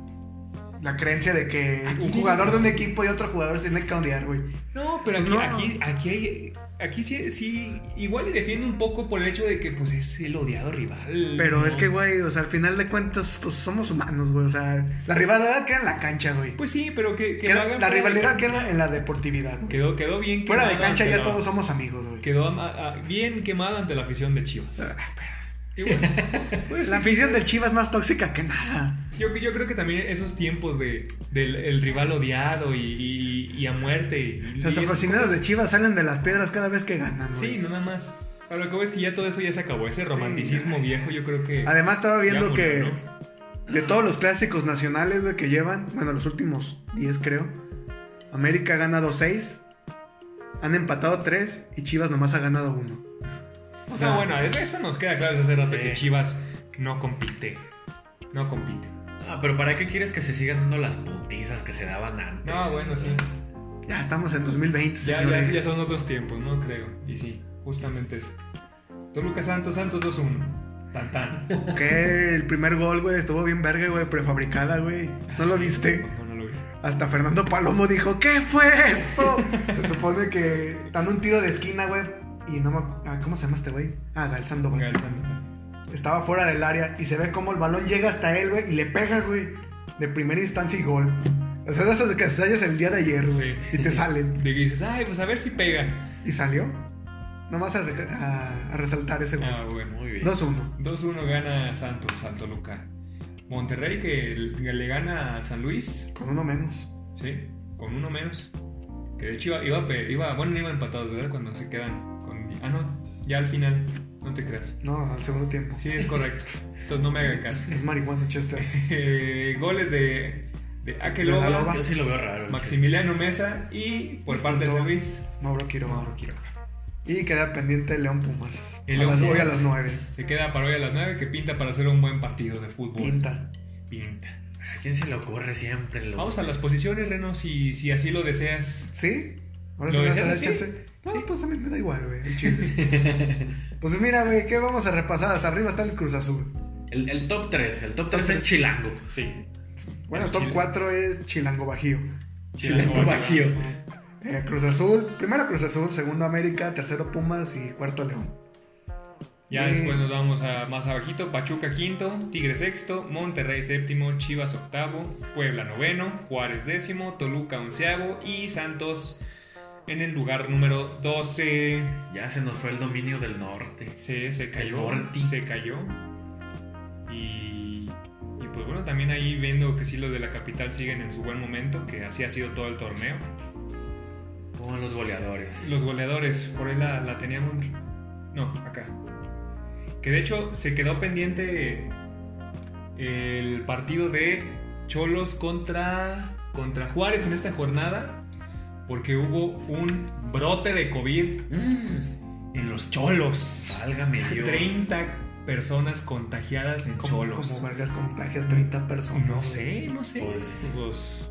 la creencia de que
Aquí
un
dice-
jugador de un equipo y otro jugador se tiene que odiar, güey.
No, pero aquí,
No.
aquí, aquí, hay- aquí sí, sí, igual y defiende un poco por el hecho de que pues es el odiado rival.
Pero
¿no?
es que, güey, o sea, al final de cuentas, pues somos humanos, güey. O sea, la rivalidad queda en la cancha, güey.
Pues sí, pero que, que lo
Queda-
hagan
la
fuera de
rivalidad
cancha.
queda en la deportividad, güey.
Quedó, quedó bien
Fuera de
quemada
cancha
ante
ya
la-
todos somos amigos, güey.
Quedó ama- a- bien quemada ante la afición de Chivas.
Ah, pero-
Y bueno, pues,
La afición del Chivas es más tóxica que nada.
yo, yo creo que también esos tiempos de, del el rival odiado y, y- y a muerte. y-
Los
y esas
aficionados
cosas.
de Chivas salen de las piedras cada vez que ganan, güey.
Sí, nada más. A lo que voy es que ya todo eso ya se acabó. Ese romanticismo viejo, yo creo que.
Además, estaba viendo
murió,
que
¿no?
de todos los clásicos nacionales güey, que llevan, bueno, los últimos 10 creo, América ha ganado 6, han empatado 3 y Chivas nomás ha ganado 1.
O sea, bueno, eso, eso nos queda claro desde hace rato
Sí.
que Chivas no compite. No compite.
Ah, pero ¿para qué quieres que se sigan dando las putizas que se daban antes?
No, bueno, sí.
Ya estamos en 2020,
Ya, ya,
señores.
ya son otros tiempos, ¿no? Creo. Y sí, justamente eso. Toluca Santos, Santos 2-1. Tan tan.
Que el primer gol, güey, estuvo bien verga, güey, prefabricada, güey. [LAUGHS] ¿No lo viste?
No, no lo vi.
Hasta Fernando Palomo dijo, ¿qué fue esto? Se supone que dando un tiro de esquina, güey. Y no me... ac- ah, ¿Cómo se llama este güey? Ah, Gal Sandoval.
Venga, el Santos.
Estaba fuera del área y se ve cómo el balón llega hasta él, güey, y le pega, güey. De primera instancia y gol. O sea, de esas que se el día de ayer, güey.
Sí.
Y
[LAUGHS]
te salen.
De que dices, ay, pues a ver
[LAUGHS]
si pega.
Y salió. Nomás a, re- a- a resaltar ese gol.
Ah, bueno.
Muy bien.
2-1.
2-1 gana Santos al Toluca. Monterrey que le le gana a San Luis,
Con uno menos.
¿sí? Con uno menos. Que de hecho iba, iba, pe- iba- bueno, iban empatados, ¿verdad? Cuando se quedan con... Ah, no, ya al final, no te creas.
No, al segundo tiempo.
Sí,
[LAUGHS]
es correcto. Entonces no me hagan caso.
Es marihuana, Chester.
Eh, goles de, de
De la
Akeloba,
Loba.
Yo sí lo veo raro.
Maximiliano Mesa y por
Disputó.
parte de San Luis,
Mauro Quiroga.
Mauro Quiroga.
Y queda pendiente León Pumas.
El
A
León
las- hoy a
Pumas.
las 9.
Se queda para hoy a las 9 que pinta para hacer un buen partido de fútbol.
Pinta.
Pinta.
¿A quién se le ocurre siempre? Lo...
Vamos a las posiciones, Reno, si, si así lo deseas.
¿Sí?
¿Lo
Ahora sí me vas a
decías
dar
así?
chance. No,
Sí.
pues a mí me da igual, güey. el chile. [LAUGHS] pues mira, güey, ¿qué vamos a repasar? Hasta arriba está el Cruz Azul.
El, el top 3. El top 3
tres.
es Chilango.
Sí.
Bueno,
El
el top
Chile.
4 es Chilango Bajío.
Chilango Bajío.
Eh, Cruz Azul, primero Cruz Azul, segundo América, tercero Pumas y cuarto León.
Ya
Mm.
después nos vamos a más abajito. Pachuca quinto, Tigre sexto, Monterrey séptimo, Chivas octavo, Puebla noveno, Juárez décimo, Toluca onceavo y Santos en el lugar número 12.
Ya se nos fue el dominio del norte.
Se, se cayó.
El Norte.
Se cayó. Y, y pues bueno, también ahí viendo que sí los de la capital siguen en su buen momento, que así ha sido todo el torneo.
Como los goleadores.
Los goleadores, por ahí la, la teníamos. No, acá. Que de hecho se quedó pendiente el partido de Cholos contra, contra Juárez en esta jornada. Porque hubo un brote de COVID
Mm,
en los Cholos. [LAUGHS]
Válgame Dios.
30 personas contagiadas en
Como,
Cholos.
como vergas contagias 30 personas.
No sé, no sé.
Pues-
Pues,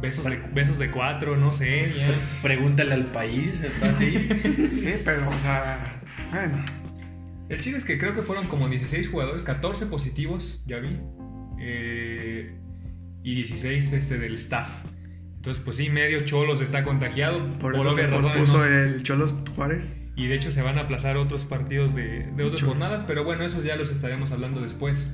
besos, de, besos de cuatro, no sé.
pues.
ya.
Pregúntale al país. Está así.
[LAUGHS]
Sí, pero, o sea, bueno.
El chiste es que creo que fueron como 16 jugadores, 14 positivos, ya vi, eh, y 16 este, del staff. Entonces, pues sí, medio Cholos está contagiado.
Por,
Por,
eso se
obvias razones,
puso
no sé.
el Cholos Juárez.
Y de hecho se van a aplazar otros partidos de, de otras
Cholos.
jornadas, pero bueno, esos ya los estaremos hablando después.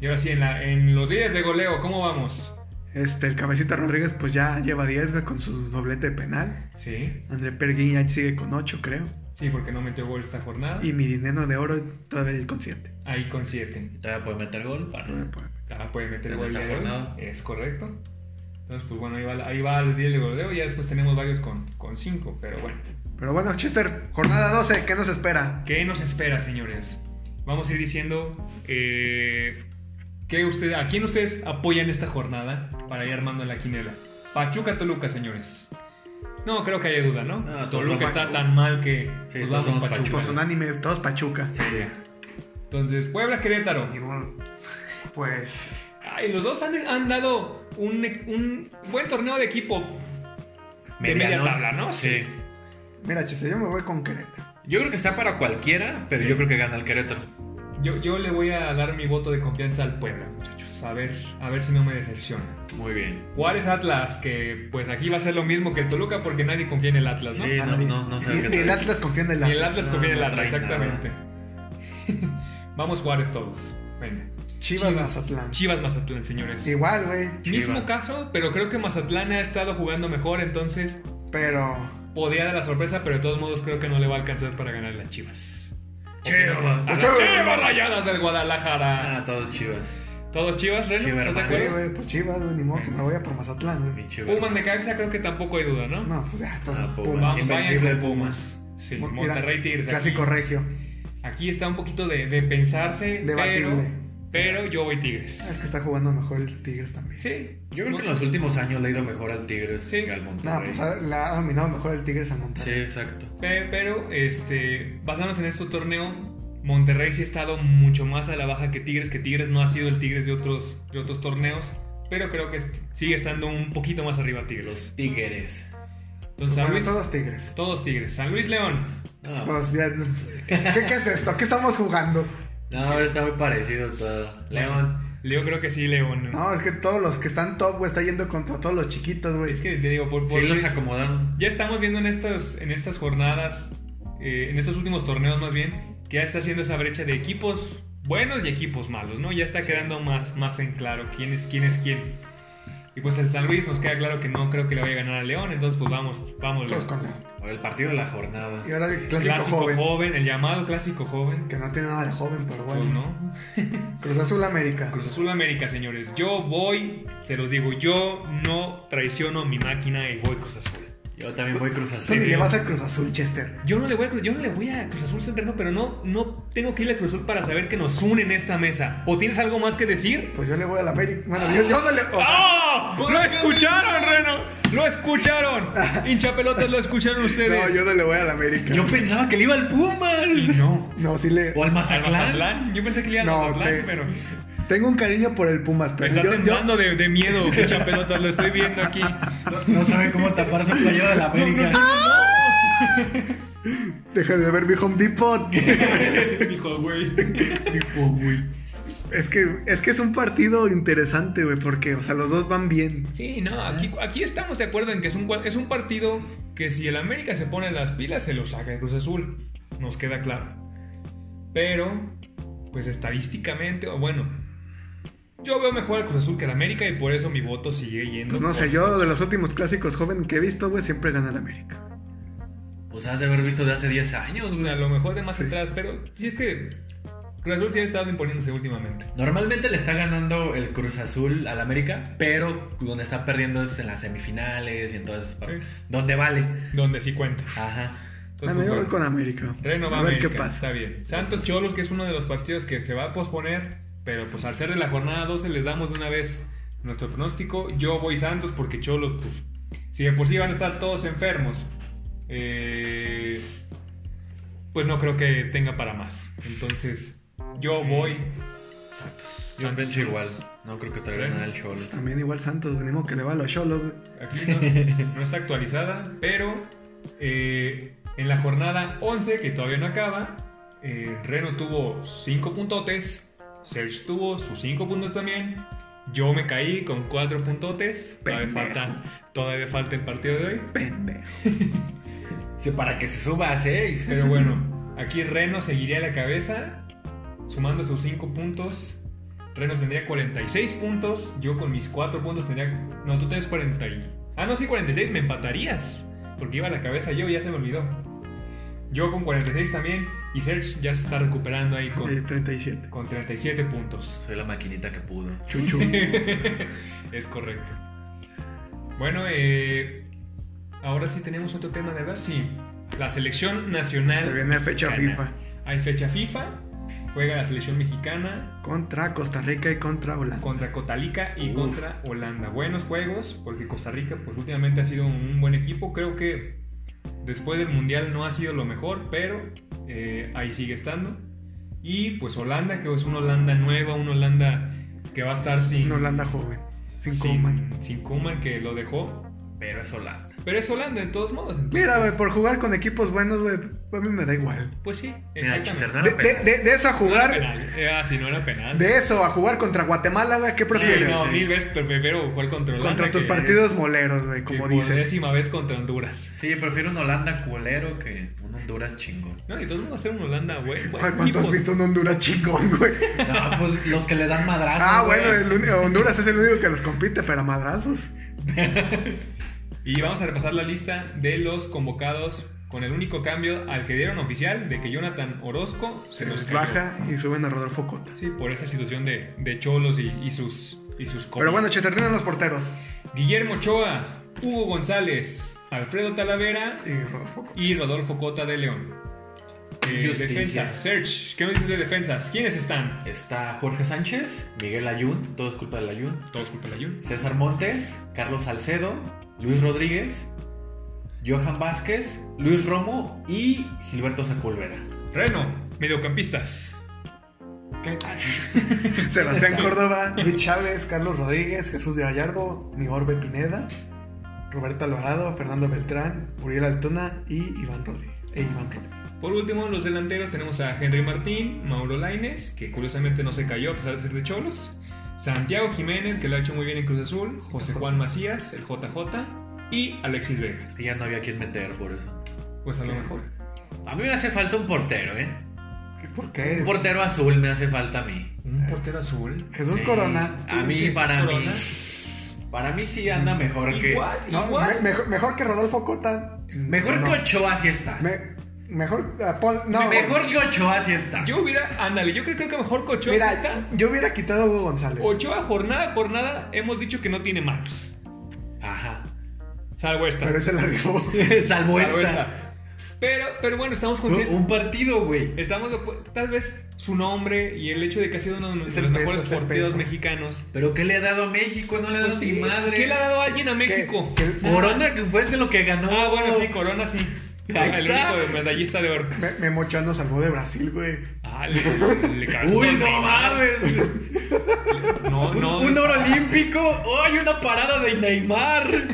Y ahora sí, en, la, en los días de goleo, ¿cómo vamos?
Este, el Cabecita Rodríguez, pues ya lleva 10, güey, con su doblete de penal.
Sí,
André Perguiñach sigue con 8, creo.
sí, porque no metió gol esta jornada.
Y mi dinero de oro todavía inconsciente.
Ahí con 7.
Todavía puede meter gol. para-
Todavía puede.
Ah, puede meter
En
gol
esta
el día de hoy.
jornada.
Es correcto. Entonces, pues bueno, ahí va, ahí va el 10 de goleo. Ya después tenemos varios con 5. pero bueno.
Pero bueno, Chester, jornada 12, ¿qué nos espera?
¿Qué nos espera, señores? Vamos a ir diciendo eh, que usted, a quién ustedes apoyan esta jornada para ir armando la quinela. Pachuca Toluca, señores. No creo que haya duda, ¿no?
Ah, todos
Toluca
los
está
Pachuca.
tan mal que
Sí,
pues
todos
vamos
los
Pachuca.
Pachuca.
Pues unánime, todos Pachuca.
Entonces, Puebla Querétaro.
Y bueno, pues.
Ay, los dos han, han dado un, un buen torneo de equipo de media
Mediano.
tabla, ¿no?
Sí.
Mira, chiste, yo me voy con Querétaro.
Yo creo que está para cualquiera, pero
Sí.
yo creo que gana el Querétaro.
Yo, yo le voy a dar mi voto de confianza al Puebla, muchachos. A ver, a ver si no me decepciona.
Muy bien.
Juárez Atlas, que pues aquí va a ser lo mismo que el Toluca porque nadie confía en el Atlas, ¿no?
Sí,
Ah,
no,
ni-
no, no sé
ni-
qué
ni el
tal.
Atlas confía en el
Ni el
Atlas.
Atlas
no,
confía en el
no
Atlas,
trae nada.
exactamente. [LAUGHS] Vamos Juárez todos. Venga.
Chivas, Mazatlán.
Chivas Mazatlán, señores.
Igual, güey.
Mismo
Chivas.
caso, pero creo que Mazatlán ha estado jugando mejor, entonces
Pero.
podía dar la sorpresa, pero de todos modos creo que no le va a alcanzar para ganar las Chivas.
Chivas.
¡A las
Chivas.
Chivas rayadas del Guadalajara!
Ah, todos chivas.
¿Todos Chivas, Reno?
Chivas,
¿Estás de
Sí,
¿Pero?
acuerdo?
güey, pues Chivas, güey, ni modo que me voy a por Mazatlán, güey.
Mi chivas.
Pumas Necaxa creo que tampoco hay duda, ¿no?
No, pues ya, todos
Ah, Pumas.
Pumas.
Vamos,
Invencible
vayan con
Pumas.
Sí,
Mira,
Monterrey Tigres.
Clásico
aquí,
regio.
aquí está un poquito de, de pensarse, pero,
Debatible.
pero yo voy
Ah, Es
Tigres.
que está jugando mejor el Tigres también.
Sí.
Yo creo
No-
que en los últimos años le ha ido mejor al Tigres
Sí.
que al Monterrey.
No, pues ha- la ha dominado mejor el Tigres a
Sí,
Monterrey.
exacto.
Pe- Pero, este, basándonos en este torneo, Monterrey sí ha estado mucho más a la baja que Tigres, que Tigres no ha sido el Tigres de otros, de otros torneos, pero creo que est- sigue estando un poquito más arriba Tigres.
Los Tigres.
Pues
Entonces, San
bueno,
Luis,
todos Tigres.
todos Tigres. San Luis León,
No,
Pues ya. ¿Qué, qué es esto? ¿Qué estamos jugando?
no, ahora está muy parecido todo. León.
yo creo que sí, León.
No, es que todos los que están top, güey, está yendo contra todos los chiquitos, güey.
Es que te digo, por, por
Sí, los acomodaron.
ya estamos viendo en, estos, en estas jornadas, eh, en estos últimos torneos más bien, que ya está haciendo esa brecha de equipos buenos y equipos malos, ¿no? Ya está quedando más, más en claro quién es quién. Es quién. Y pues el San Luis nos queda claro que no creo que le vaya a ganar a León, entonces pues vamos, vamos.
Todos
León.
con la-
Ahora El partido de la jornada.
Y ahora el clásico,
Clásico
joven,
joven. el llamado clásico joven.
Que no tiene nada de joven, pero
Pues,
bueno.
¿no?
Cruz Azul América.
Cruz Azul América, señores. Yo voy, se los digo, yo no traiciono mi máquina y voy Cruz Azul.
Yo también voy Cruz
Tú
Azul.
ni le vas a Cruz Azul, Chester.
Yo no le voy a, Cruz- yo no le voy a Cruz Azul siempre, no, pero no, no tengo que ir a Cruz Azul para saber que nos unen esta mesa. ¿O tienes algo más que decir?
Pues yo le voy a la América. Bueno, yo, yo no le. o-
¡Ah! ¡Lo escucharon, Reno! ¡Lo escucharon!
[LAUGHS]
Hinchapelotas, lo escucharon ustedes.
no, yo no le voy a la América.
Yo pensaba que le iba al [LAUGHS]
Y
Pumas.
No.
No, sí le.
O al
¿Al
Mazatlán.
Mazatlán? Yo pensé que le iba a
No,
Mazatlán,
te-
pero
Tengo un cariño por el Pumas,
me
pero
está
yo, yo-
temblando de, de
[LAUGHS]
miedo, hinchapelotas, lo estoy viendo aquí.
No sabe cómo tapar su playera de la América.
Deja de ver mi Home Depot. [LAUGHS]
Hijo, güey.
es, que, es que es un partido interesante, güey, porque, o sea, los dos van bien.
Sí, no, aquí, aquí estamos de acuerdo en que es un, cual- es un partido que si el América se pone las pilas, se lo saca el Cruz Azul. Nos queda claro. Pero, pues estadísticamente, o bueno, yo veo mejor al Cruz Azul que al América y por eso mi voto sigue yendo.
Pues no
por-
sé, yo de los últimos clásicos joven que he visto, güey, siempre gana el América.
Pues has de haber visto de hace 10 años,
A
güey.
lo mejor de más
Sí.
atrás, pero si es que Cruz Azul sí ha estado imponiéndose últimamente.
Normalmente le está ganando el Cruz Azul al América, pero donde está perdiendo es en las semifinales y en todas esas partes. Donde vale.
Donde sí cuenta.
Ajá.
Entonces,
Bueno, yo voy
bueno.
con América.
Reno va
a ver
América,
qué pasa.
Está bien. Santos Cholos, que es uno de los partidos que se va a posponer, pero pues al ser de la jornada 12 les damos de una vez nuestro pronóstico. Yo voy Santos porque Cholos, pues, si de por sí van a estar todos enfermos, eh, pues no creo que tenga para más. Entonces, yo voy Santos.
Yo
Santos
pienso
Cholos.
igual. No creo que traiga nada el show.
Pues también igual Santos, venimos que le va a los cholos, güey.
Aquí no, no está actualizada, pero eh, en la jornada 11, que todavía no acaba, eh, Reno tuvo 5 puntotes, Serge tuvo sus 5 puntos también, yo me caí con 4 puntotes, todavía
Pendejo.
falta, todavía falta el partido de hoy,
Pendejo.
Sí, para que se suba a 6.
pero bueno, aquí Reno seguiría la cabeza, sumando sus 5 puntos. Reno tendría 46 puntos, yo con mis 4 puntos tendría... No, tú tienes 40 y... Ah, no, sí, 46, me empatarías. Porque iba a la cabeza yo, ya se me olvidó. Yo con 46 también y Serge ya se está recuperando ahí
Eh,
con,
37.
con 37 puntos. [LAUGHS]
Soy la maquinita que pudo.
Chuchu.
Es correcto. Bueno, eh, ahora sí tenemos otro tema de hablar, sí. La selección nacional.
Se viene fecha
mexicana.
FIFA.
Hay fecha FIFA Juega la selección mexicana
Contra Costa Rica y contra Holanda.
contra Cotalica y
Uf.
contra Holanda. Buenos juegos, porque Costa Rica pues últimamente ha sido un buen equipo. Creo que después del Mundial no ha sido lo mejor, pero eh, ahí sigue estando. Y pues Holanda, que es una Holanda nueva, una Holanda que va a estar sin...
Una Holanda joven. Sin
sin-
Koeman.
sin Koeman, que lo dejó.
Pero es Holanda.
Pero es Holanda de todos modos. entonces-
Mira, güey, por jugar con equipos buenos, güey, a mí me da igual.
Pues sí,
Mira,
exactamente.
Chisternal,
De, de- de- de eso a
No era
jugar,
penal. Eh, ah, sí, no era penal.
de eso a jugar contra Guatemala, güey, ¿qué
Sí,
prefieres?
no,
sí.
mil veces prefiero jugar contra Holanda
contra tus
que-
partidos moleros, güey,
que
como
por
dicen.
décima vez contra Honduras.
Sí, prefiero un Holanda culero que un Honduras chingón.
No, y todo el mundo va a ser un Holanda, güey. buen
Ay, ¿Cuánto has
equipo.
visto un Honduras chingón, güey?
No, pues los que le dan madrazos.
Ah,
güey.
bueno, el único- Honduras es el único que los compite, pero a madrazos.
Y vamos a repasar la lista de los convocados con el único cambio al que dieron oficial de que Jonathan Orozco se,
Se
nos
les
cayó.
baja y suben a Rodolfo Cota.
Sí, por esa situación de, de Cholos y, y sus y sus
Pero bueno, Chetardino en los porteros.
Guillermo Ochoa, Hugo González, Alfredo Talavera
Y Rodolfo
[LAUGHS]
Cota.
y Rodolfo Cota de León. Eh,
Justicia.
defensa, Search, ¿qué me dices de defensas? ¿Quiénes están?
Está Jorge Sánchez, Miguel Ayun, todo es culpa del Ayun.
Todos culpa de Ayun.
César Montes, Carlos Salcedo, Luis Rodríguez, Johan Vázquez, Luis Romo y Gilberto Sepúlveda.
Reno, mediocampistas.
¿Qué? Sebastián Córdoba, Luis Chávez, Carlos Rodríguez, Jesús de Gallardo, Migorbe Pineda, Roberto Alvarado, Fernando Beltrán, Uriel Altuna y Iván Rodríguez. E Iván Rodríguez.
Por último, los delanteros tenemos a Henry Martín, Mauro Laines, que curiosamente no se cayó a pesar de ser de Cholos, Santiago Jiménez, que lo ha hecho muy bien en Cruz Azul, José Juan Macías, el JJ, y Alexis Vega.
Es que ya no había quien meter por eso.
Pues a lo mejor.
A mí me hace falta un portero, ¿eh?
¿Qué- ¿Por qué?
Un portero azul me hace falta a mí.
Un portero azul.
Jesús
Sí.
Corona.
A mí,
¿Jesús
para mí.
Corona?
Para mí sí anda mejor
Igual,
No,
igual.
me- mejor, mejor que Rodolfo Cota.
que. Mejor
No.
que Ochoa sí está.
Me- mejor. ah, pon- no,
Mejor que Ochoa sí está.
Yo hubiera, ándale, yo creo, creo que mejor Cochoa
Mira,
está.
yo hubiera quitado a Hugo González.
Ochoa, jornada a jornada, hemos dicho que no tiene manos.
Ajá. [LAUGHS]
Salvo esta.
Pero ese la rifó.
Salvo
Salvo
esta.
esta. Pero, pero bueno, estamos
Un,
conscientes.
un partido, güey.
Estamos de acuerdo. Tal vez su nombre y el hecho de que ha sido uno de los
Es el peso,
mejores
es el
porteros
peso.
mexicanos.
¿Pero qué le ha dado a México? No le ha dado
Pues sí,
ni Ah, madre.
¿Qué le ha dado alguien a México?
Que- que-
Corona, que fue de lo que ganó.
Ah, bueno, sí, Corona sí.
Ahí
el
está.
único medallista de oro.
[LAUGHS] Me- Memo Ochoa nos salvó de Brasil, güey.
Ah, le,
[LAUGHS]
le cagó
Uy,
al
no
Neymar.
mames. [LAUGHS]
No,
Un,
no.
un oro olímpico. ¡Ay, una parada de Neymar!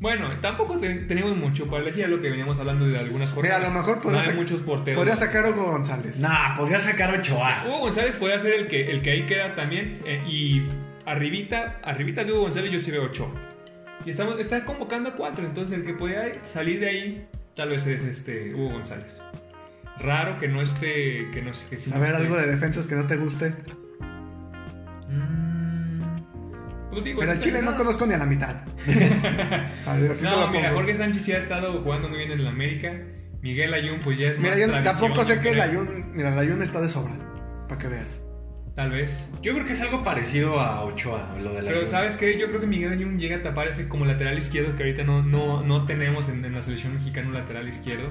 Bueno, tampoco te- tenemos mucho para elegir a lo que veníamos hablando de algunas
Mira,
jornadas.
a lo mejor podría,
no hay
sac-
muchos porteros.
podría sacar a Hugo González.
Nah, podría sacar Ochoa.
Hugo González podría ser el que, el que ahí queda también. eh, y arribita, arribita de Hugo González yo sí veo 8. Y estamos, está convocando a 4, entonces el que podría salir de ahí tal vez es este Hugo González. Raro que no esté, que no sé qué sí.
A ver, algo de defensas que no te guste.
Pues Mm. digo,
Pero el Chile no conozco ni a la
[LAUGHS]
mitad. Así te
No,
lo
mira,
pongo.
Jorge Sánchez sí ha estado jugando muy bien en la América. Miguel Ayun, pues ya es
Mira,
más
yo
tradición, ¿eh?
tampoco sé que el
creo.
Ayun. Mira, el Ayun está de sobra. Para que veas.
Tal vez.
Yo creo que es algo parecido a Ochoa, lo de la
Pero ¿sabes qué? Yo creo que Miguel Ayun llega a tapar ese como lateral izquierdo que ahorita no, no, no tenemos en, en la selección mexicana un lateral izquierdo.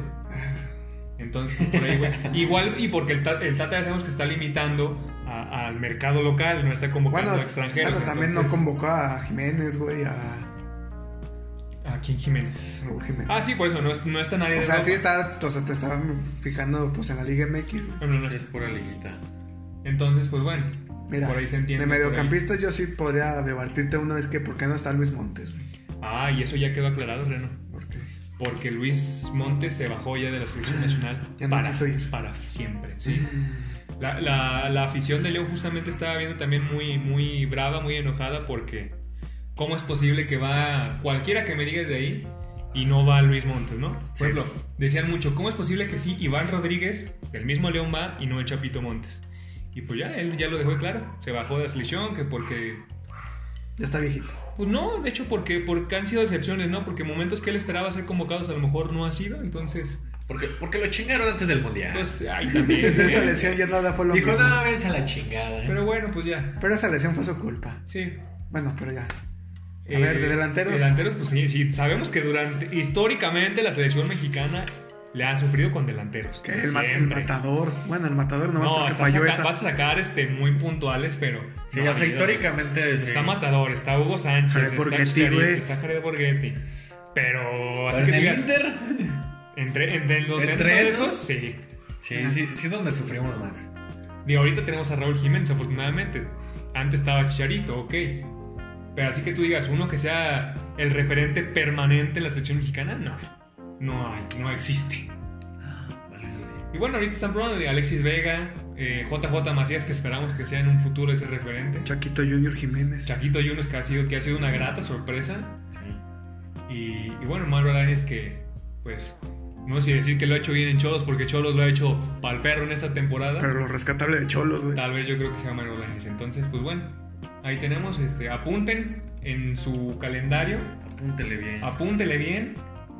Entonces, pues, por ahí, güey. Igual, y porque el, Ta- el Tata ya sabemos que está limitando a- al mercado local, no está convocando
Bueno,
a extranjeros.
bueno, también no
entonces-
convocó a Jiménez, güey, a
¿A quién Jiménez?
Raúl Jiménez.
Ah, sí, por eso, no, es- no está nadie
o
de
sea,
Europa.
sí está, o sea, te estaba fijando pues en la Liga MX. güey.
No, no, no.
Es pura liguita.
Entonces, pues bueno,
Mira,
por ahí se entiende.
de
por ahí.
mediocampistas yo sí podría debatirte una vez que por qué no está Luis Montes, güey.
Ah, y eso ya quedó aclarado, Reno.
¿Por qué?
Porque Luis Montes se bajó ya de la selección nacional
Ah, Ya no
para,
quiso ir. Mm.
para siempre, ¿sí? La, la- la afición de León justamente estaba viendo también muy, muy brava, muy enojada porque ¿cómo es posible que va cualquiera que me digas de ahí y no va Luis Montes, ¿no? Por
Sí.
ejemplo, decían mucho, ¿cómo es posible que sí Iván Rodríguez, el mismo León va y no el Chapito Montes? Y pues ya, él ya lo dejó claro, se bajó de la selección, que porque
Ya está viejito.
pues no, de hecho porque, porque han sido excepciones, ¿no? Porque momentos que él esperaba ser convocados a lo mejor no ha sido, entonces,
Porque, porque lo chingaron antes del mundial.
pues ahí también.
Desde [LAUGHS] esa lesión ya nada fue lo
Dijo,
mismo.
no, vence a la chingada. ¿eh?".
Pero bueno, pues ya,
Pero esa lesión fue su culpa.
sí. Eh,
Bueno, pero ya. A ver, ¿de delanteros?
Delanteros, pues sí, sí, sabemos que durante, históricamente la selección mexicana le han sufrido con delanteros.
Que el, ma- el
Siempre.
matador. Bueno, el matador nomás
No,
porque
estás
falló
saca-
esa.
vas a sacar este, muy puntuales, pero.
Sí,
no,
o sea,
olvídate.
históricamente.
Está
sí.
Matador, está Hugo
Jared
Sánchez,
Borghetti,
está Chicharito,
güey.
está Jared Borghetti. Pero así
Pero
que
en el
digas,
Inter. [LAUGHS]
entre, entre los
¿Entre
dentro de
esos?
esos, sí.
Sí, sí, sí, es donde sufrimos más.
Digo, ahorita tenemos a Raúl Jiménez, afortunadamente. Antes estaba Chicharito, ok. Pero así que tú digas, uno que sea el referente permanente en la selección mexicana, no. No hay, no existe.
Ah,
Y bueno, ahorita están probando de Alexis Vega, eh, JJ Macías, que esperamos que sea en un futuro ese referente.
Chaquito Junior Jiménez.
Chaquito Yunes, que ha sido, que ha sido una grata sorpresa.
Sí.
Y, y bueno, Mauro Alanis que, pues, no sé si decir que lo ha hecho bien en Cholos, porque Cholos lo ha hecho pal perro en esta temporada.
Pero lo rescatable de Cholos, güey.
Tal vez yo creo que sea Mauro Alanis. Entonces, pues bueno, ahí tenemos, este, apunten en su calendario,
Apúntele bien.
apúntele bien,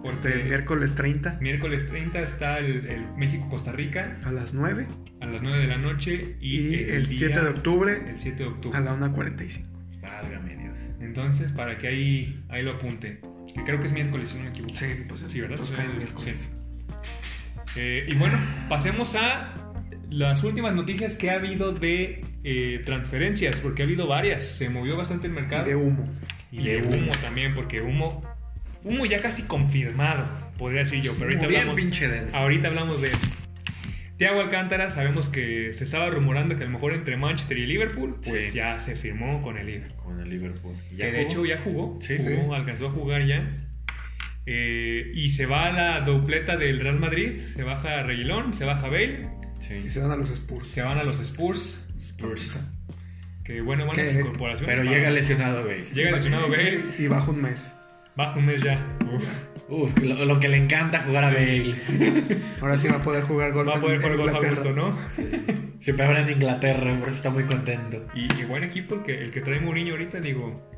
porque
Este, miércoles 30
miércoles 30 está el, el México-Costa Rica
a las 9
a las 9 de la noche y,
y,
el,
el, 7
día-
de octubre
el 7 de octubre.
a la 1.45.
Válgame Dios.
Entonces, para que ahí, ahí lo apunte. Que creo que es miércoles, si no me equivoco.
Sí, pues
Sí, ¿verdad?
pues
Sí,
cae
sí.
miércoles.
Eh, y bueno, pasemos a las últimas noticias que ha habido de eh, transferencias, porque ha habido varias. Se movió bastante el mercado.
Y de humo.
Y de humo también, porque humo. Humo ya casi confirmado, podría decir yo. Pero ahorita
Muy bien
hablamos,
pinche denso.
ahorita hablamos de. Tiago Alcántara, sabemos que se estaba rumorando que a lo mejor entre Manchester y Liverpool, pues
Sí.
ya se firmó con el Liverpool.
Con el Liverpool. ¿Ya
Que de
jugó?
hecho ya jugó,
Sí,
jugó,
sí.
alcanzó a jugar ya. Eh, y se va a la dobleta del Real Madrid, se baja Reguilón, se baja Bale,
Y
Sí.
se dan a los Spurs.
se van a los Spurs, que bueno, buenas
Que-
incorporaciones.
Pero
para-
llega lesionado, güey.
llega lesionado Bale,
Y bajo un mes.
baja un mes ya. Uf,
Uf, lo, lo que le encanta jugar a
Sí.
Bale.
Ahora sí va a poder jugar golf.
va a poder
en-
jugar
en
golf a
Inglaterra.
gusto, ¿no?
Se ahora en Inglaterra, por eso está muy contento.
Y, y buen equipo el que, el que trae Mourinho ahorita, digo,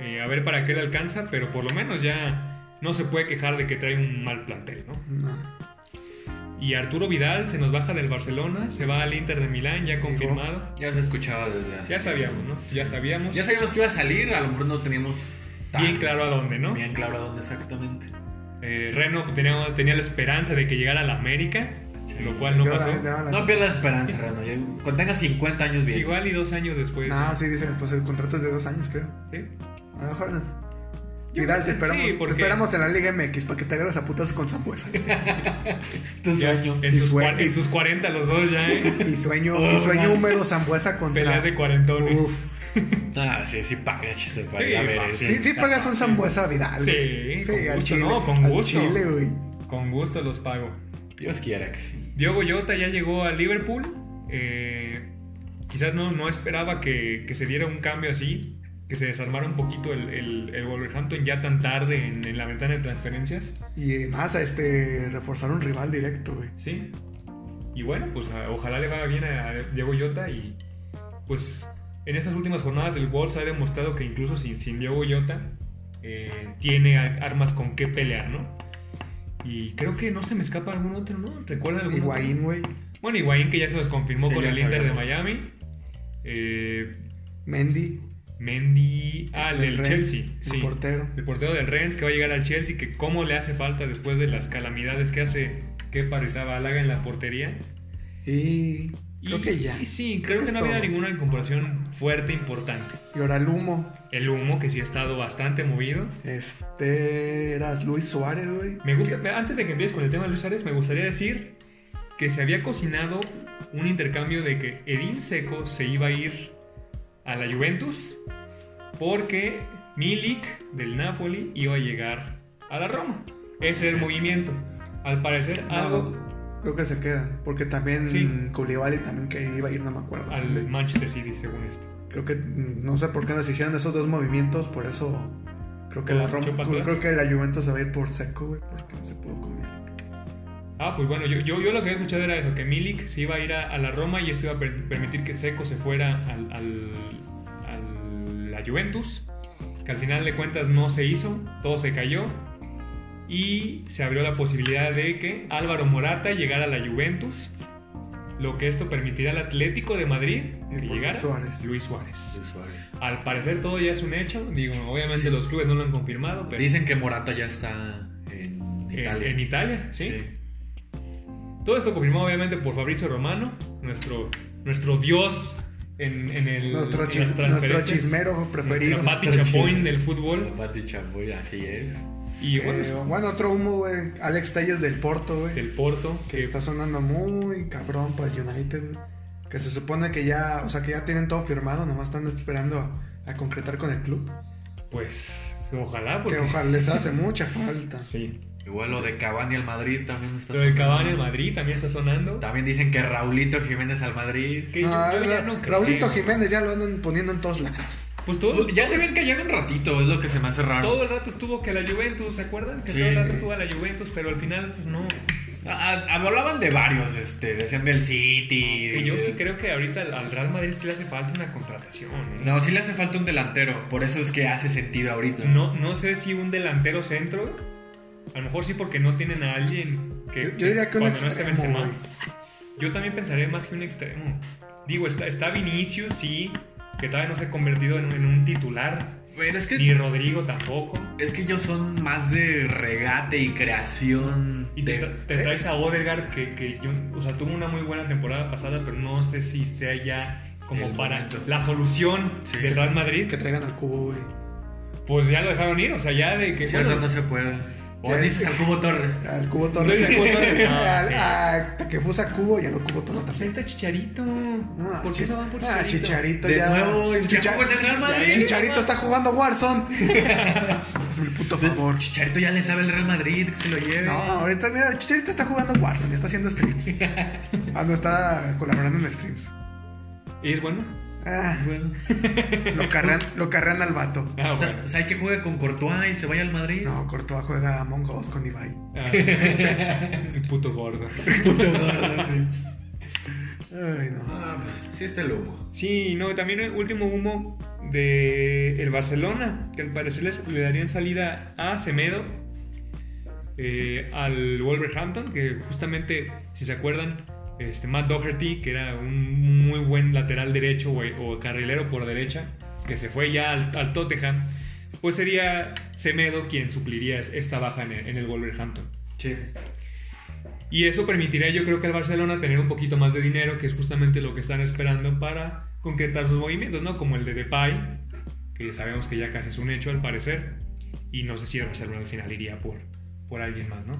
eh, a ver para qué le alcanza, pero por lo menos ya no se puede quejar de que trae un mal plantel, ¿no?
No.
Y Arturo Vidal se nos baja del Barcelona, se va al Inter de Milán, ya confirmado.
Ya se escuchaba desde hace.
Ya sabíamos, ¿no? Ya sabíamos.
Ya sabíamos que iba a salir, a lo mejor no teníamos tan-
bien claro a dónde, ¿no?
Bien claro a dónde exactamente.
Eh, Reno tenía, tenía la esperanza de que llegara a la América,
Sí.
lo cual Ah, no
Yo la-
pasó.
ya la-
No pierdas esperanza, Rano. ya- Cuando tengas 50 años bien.
Igual y dos años después.
No, sí, dicen, pues el contrato es de dos años, creo.
¿sí?
A lo mejor no.
Yo
Vidal,
creo
te
que
esperamos,
sí,
te
porque-
esperamos en la Liga MX para que te agarras a putas con Zambuesa.
Tu
Ya,
sueño.
en,
Y
sus
fue-
cua- en sus 40 los dos ya,
[LAUGHS]
¿eh?
Y sueño,
Oh,
y sueño
man.
húmedo Zambuesa contra.
Peleas de cuarentones.
Uf.
Ah, sí, sí paga, chiste, para
Sí,
ir a ver
fácil.
eso.
Sí, sí pagas un Zambuesa a Vidal.
Sí,
güey.
con
al
gusto, no, con
al
gusto.
Chile, güey.
Con gusto los pago.
Dios quiera que sí.
Diogo Jota ya llegó a Liverpool. eh, quizás no, no esperaba que, que se diera un cambio así, que se desarmara un poquito el, el- el Wolverhampton ya tan tarde en- en la ventana de transferencias.
Y más a este reforzar un rival directo, güey.
Sí. Y bueno, pues a- ojalá le vaya bien a Diego Llota y pues en estas últimas jornadas del Wolves ha demostrado que incluso sin, sin Diego Llota eh, tiene a- armas con qué pelear, ¿no? Y creo que no se me escapa algún otro, ¿no? ¿Recuerdan algún otro?
Higuaín, güey.
Bueno, Higuaín que ya se los confirmó
Sí,
con
ya
el Inter de
sabíamos.
Miami. Eh,
Mendy.
Mendy... Ah, el
del
del
Rennes,
Chelsea.
El
Sí.
portero.
El portero del Rennes que va a llegar al Chelsea, que cómo le hace falta después de las calamidades que hace que Parrizabalaga en la portería.
Y creo que ya.
Y sí, creo,
Creo que
que,
es
no ha habido
todo.
ninguna incorporación fuerte importante.
Y ahora el humo.
El humo, que sí ha estado bastante movido.
Este eras Luis Suárez, güey.
Me gusta, me- antes de que empieces con el tema de Luis Suárez, me gustaría decir que se había cocinado un intercambio de que Edín Seco se iba a ir a la Juventus porque Milik del Napoli iba a llegar a la Roma. Ese era el movimiento. Al parecer,
No,
algo
Creo que se queda. Porque también
Sí.
Koulibaly también que iba a ir, no me acuerdo.
al Manchester City, según esto.
Creo que mm, no sé por qué nos hicieron esos dos movimientos, por eso creo que la
Todo
Roma,
echó para
creo,
atrás.
que la Juventus se va a ir por seco, güey, porque no se pudo comer.
Ah, pues bueno, yo, yo, yo lo que había escuchado era eso, que Milik se iba a ir a, a la Roma y eso iba a per- permitir que Seco se fuera al, al- al- a la Juventus, que al final de cuentas no se hizo, todo se cayó y se abrió la posibilidad de que Álvaro Morata llegara a la Juventus, lo que esto permitirá al Atlético de Madrid
Y
que
por
llegara
Luis Suárez.
Luis Suárez. Al parecer todo ya es un hecho, digo, obviamente
Sí.
los clubes no lo han confirmado, pero
Dicen que Morata ya está en
en en
Italia.
Italia, ¿sí? Todo esto confirmado obviamente por Fabrizio Romano, nuestro, nuestro dios en, en el
Nuestro,
en
chis-
las
nuestro
transferencias.
chismero preferido.
Nuestra Pati
Nuestro
Chapoin
chisme.
del fútbol.
Pati Chapoy, así es.
Y bueno,
Eh, bueno, otro humo, güey. Alex Talles del Porto, güey.
del Porto.
Que
que-
está sonando muy cabrón para el United, güey. Que se supone que ya, o sea, que ya tienen todo firmado, nomás están esperando a, a concretar con el club.
Pues ojalá, porque
Que ojalá les
[LAUGHS]
hace mucha falta.
Sí.
Igual lo de Cavani al Madrid también está
Lo de
sonando.
Cavani en Madrid también está sonando.
También dicen que Raulito Jiménez al Madrid.
Que yo-
Ah,
yo ya
Ra-
no creo.
Raulito Jiménez ya lo andan poniendo en todos lados.
Pues todo,
Ya se ven callando un ratito, es lo que se me hace raro.
todo el rato estuvo que la Juventus, ¿se acuerdan? Que
Ah. Sí.
todo el rato estuvo a la Juventus, pero al final pues, no.
A- a- Ah, hablaban de varios, este, decían del City.
Que
de-
yo sí creo que ahorita al- al Real Madrid sí le hace falta una contratación. ¿eh?
No, sí le hace falta un delantero, por eso es que hace sentido ahorita.
Este,
No, no sé si un delantero centro. A lo mejor sí porque no tienen a alguien que
Yo- yo diría que un
cuando no esté
extremo,
Benzema.
güey.
Yo también pensaré más que un extremo. Digo, está, está Vinicius, sí, que todavía no se ha convertido en, un- en un titular.
Pero es
Ni
que,
Rodrigo tampoco.
es que ellos son más de regate y creación.
Y
de...
te,
¿Eh?
tra- te traes a Odegaard que, que yo, o sea, tuvo una muy buena temporada pasada, pero no sé si sea ya como
El
para
momento.
la solución
Sí.
del Real Madrid.
Que traigan al cubo, güey.
Pues ya lo dejaron ir, o sea, ya de que...
Sí,
bueno,
no, no se puede. O
Ya-
dices al Cubo Torres.
[LAUGHS] Al cubo
No
Torres.
dice Cubo Torres, no,
Al-
sí.
A Takefusa Cubo y al Cubo Torres
Pues
también.
ahí está Chicharito.
No,
¿Por qué
chis-
no van por
ah,
Chicharito?
Chicharito
De
ya.
nuevo, el
Chicha-
Chapo en el Real Madrid.
Chicharito está jugando Warzone.
[LAUGHS]
Hazme el puto favor.
Chicharito ya le sabe el Real Madrid, que se lo lleve.
No, ahorita mira, el Chicharito está jugando Warzone, está haciendo
[LAUGHS]
streams. Ah, no, está colaborando en streams.
¿Y es bueno?
Ah,
Bueno.
lo carrean, lo carrean al vato.
Ah,
o, sea, o sea, hay que juegue con Courtois y se vaya al Madrid.
No, Courtois juega Among Us con Ibai.
[LAUGHS]
Ah, sí. El Puto gordo.
Puto gordo, sí.
Ay, no.
Ah, pues, sí está el humo.
Sí, no, también el último humo de el Barcelona, que al parecer les- le darían salida a Semedo, eh, al Wolverhampton, que justamente, si se acuerdan, este, Matt Doherty, que era un muy buen lateral derecho güey, o carrilero por derecha, que se fue ya al, al Tottenham, pues sería Semedo quien supliría esta baja en el- en el Wolverhampton.
Sí.
Y eso permitirá yo creo que al Barcelona tener un poquito más de dinero, que es justamente lo que están esperando para concretar sus movimientos, ¿no? Como el de Depay, que sabemos que ya casi es un hecho al parecer, y no sé si el Barcelona al final iría por, por alguien más, ¿no?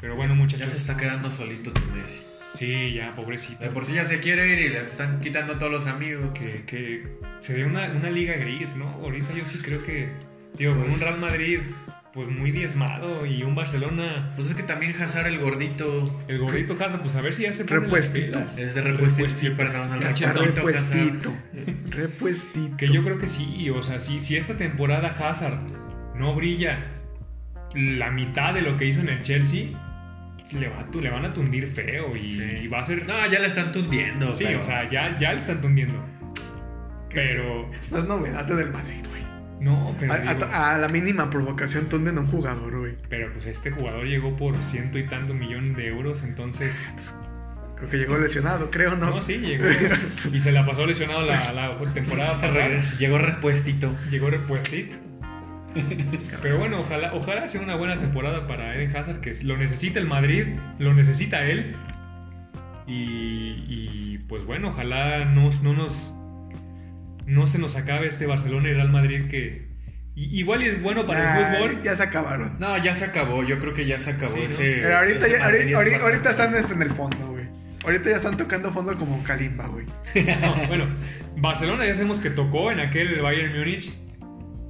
Pero bueno,
Ya se
muchachos.
está quedando solito tu Messi.
Sí, ya, pobrecito.
De por sí ya se quiere ir y le están quitando a todos los amigos.
Que, que se ve una, una liga gris, ¿no? Ahorita yo sí creo que, digo, con
Pues-
un Real Madrid pues muy diezmado y un Barcelona...
Pues es que también Hazard el gordito.
El gorrito Casa, pues a ver si ya se pone las
Repuestito.
pilas.
Es de repuestito.
Repuestito.
Sí, perdón, el
Ya está
chatito
repuestito.
Hazard.
Repuestito.
Que yo creo que sí, o sea, si, si esta temporada Hazard no brilla la mitad de lo que hizo en el Chelsea, le, va a tu- le van a tundir feo y,
Sí.
y va a ser...
No, ya le están tundiendo.
sí,
pero-
o sea, ya, ya le están tundiendo. Pero...
No es novedad del Madrid, güey.
No, pero...
Ah,
A,
digo,
a- a la mínima provocación tunden a un jugador, güey.
pero pues este jugador llegó por ciento y tanto millón de euros, entonces...
Creo que llegó lesionado, creo, ¿no?
No, sí, llegó. Y se la pasó lesionado la, la
[LAUGHS]
temporada pasada.
Llegó repuestito.
Llegó repuestito. Pero bueno, ojalá, ojalá sea una buena temporada para Eden Hazard, que lo necesita el Madrid, lo necesita él. Y, y, pues bueno, ojalá no, no nos no se nos acabe este Barcelona y Real Madrid que y- igual y es bueno para
Ay,
el fútbol. [LAUGHS]
Ya se acabaron.
No, ya se acabó. Yo creo que ya se acabó
Sí, ¿no?
ese.
Pero ahorita,
ese
ya-
Madrid y
ahorita,
ese
ahorita- ahorita están
Barcelona.
este, en el fondo, güey. Ahorita ya están tocando fondo como Kalimba, güey.
No, bueno, Barcelona ya sabemos que tocó en aquel de Bayern Múnich,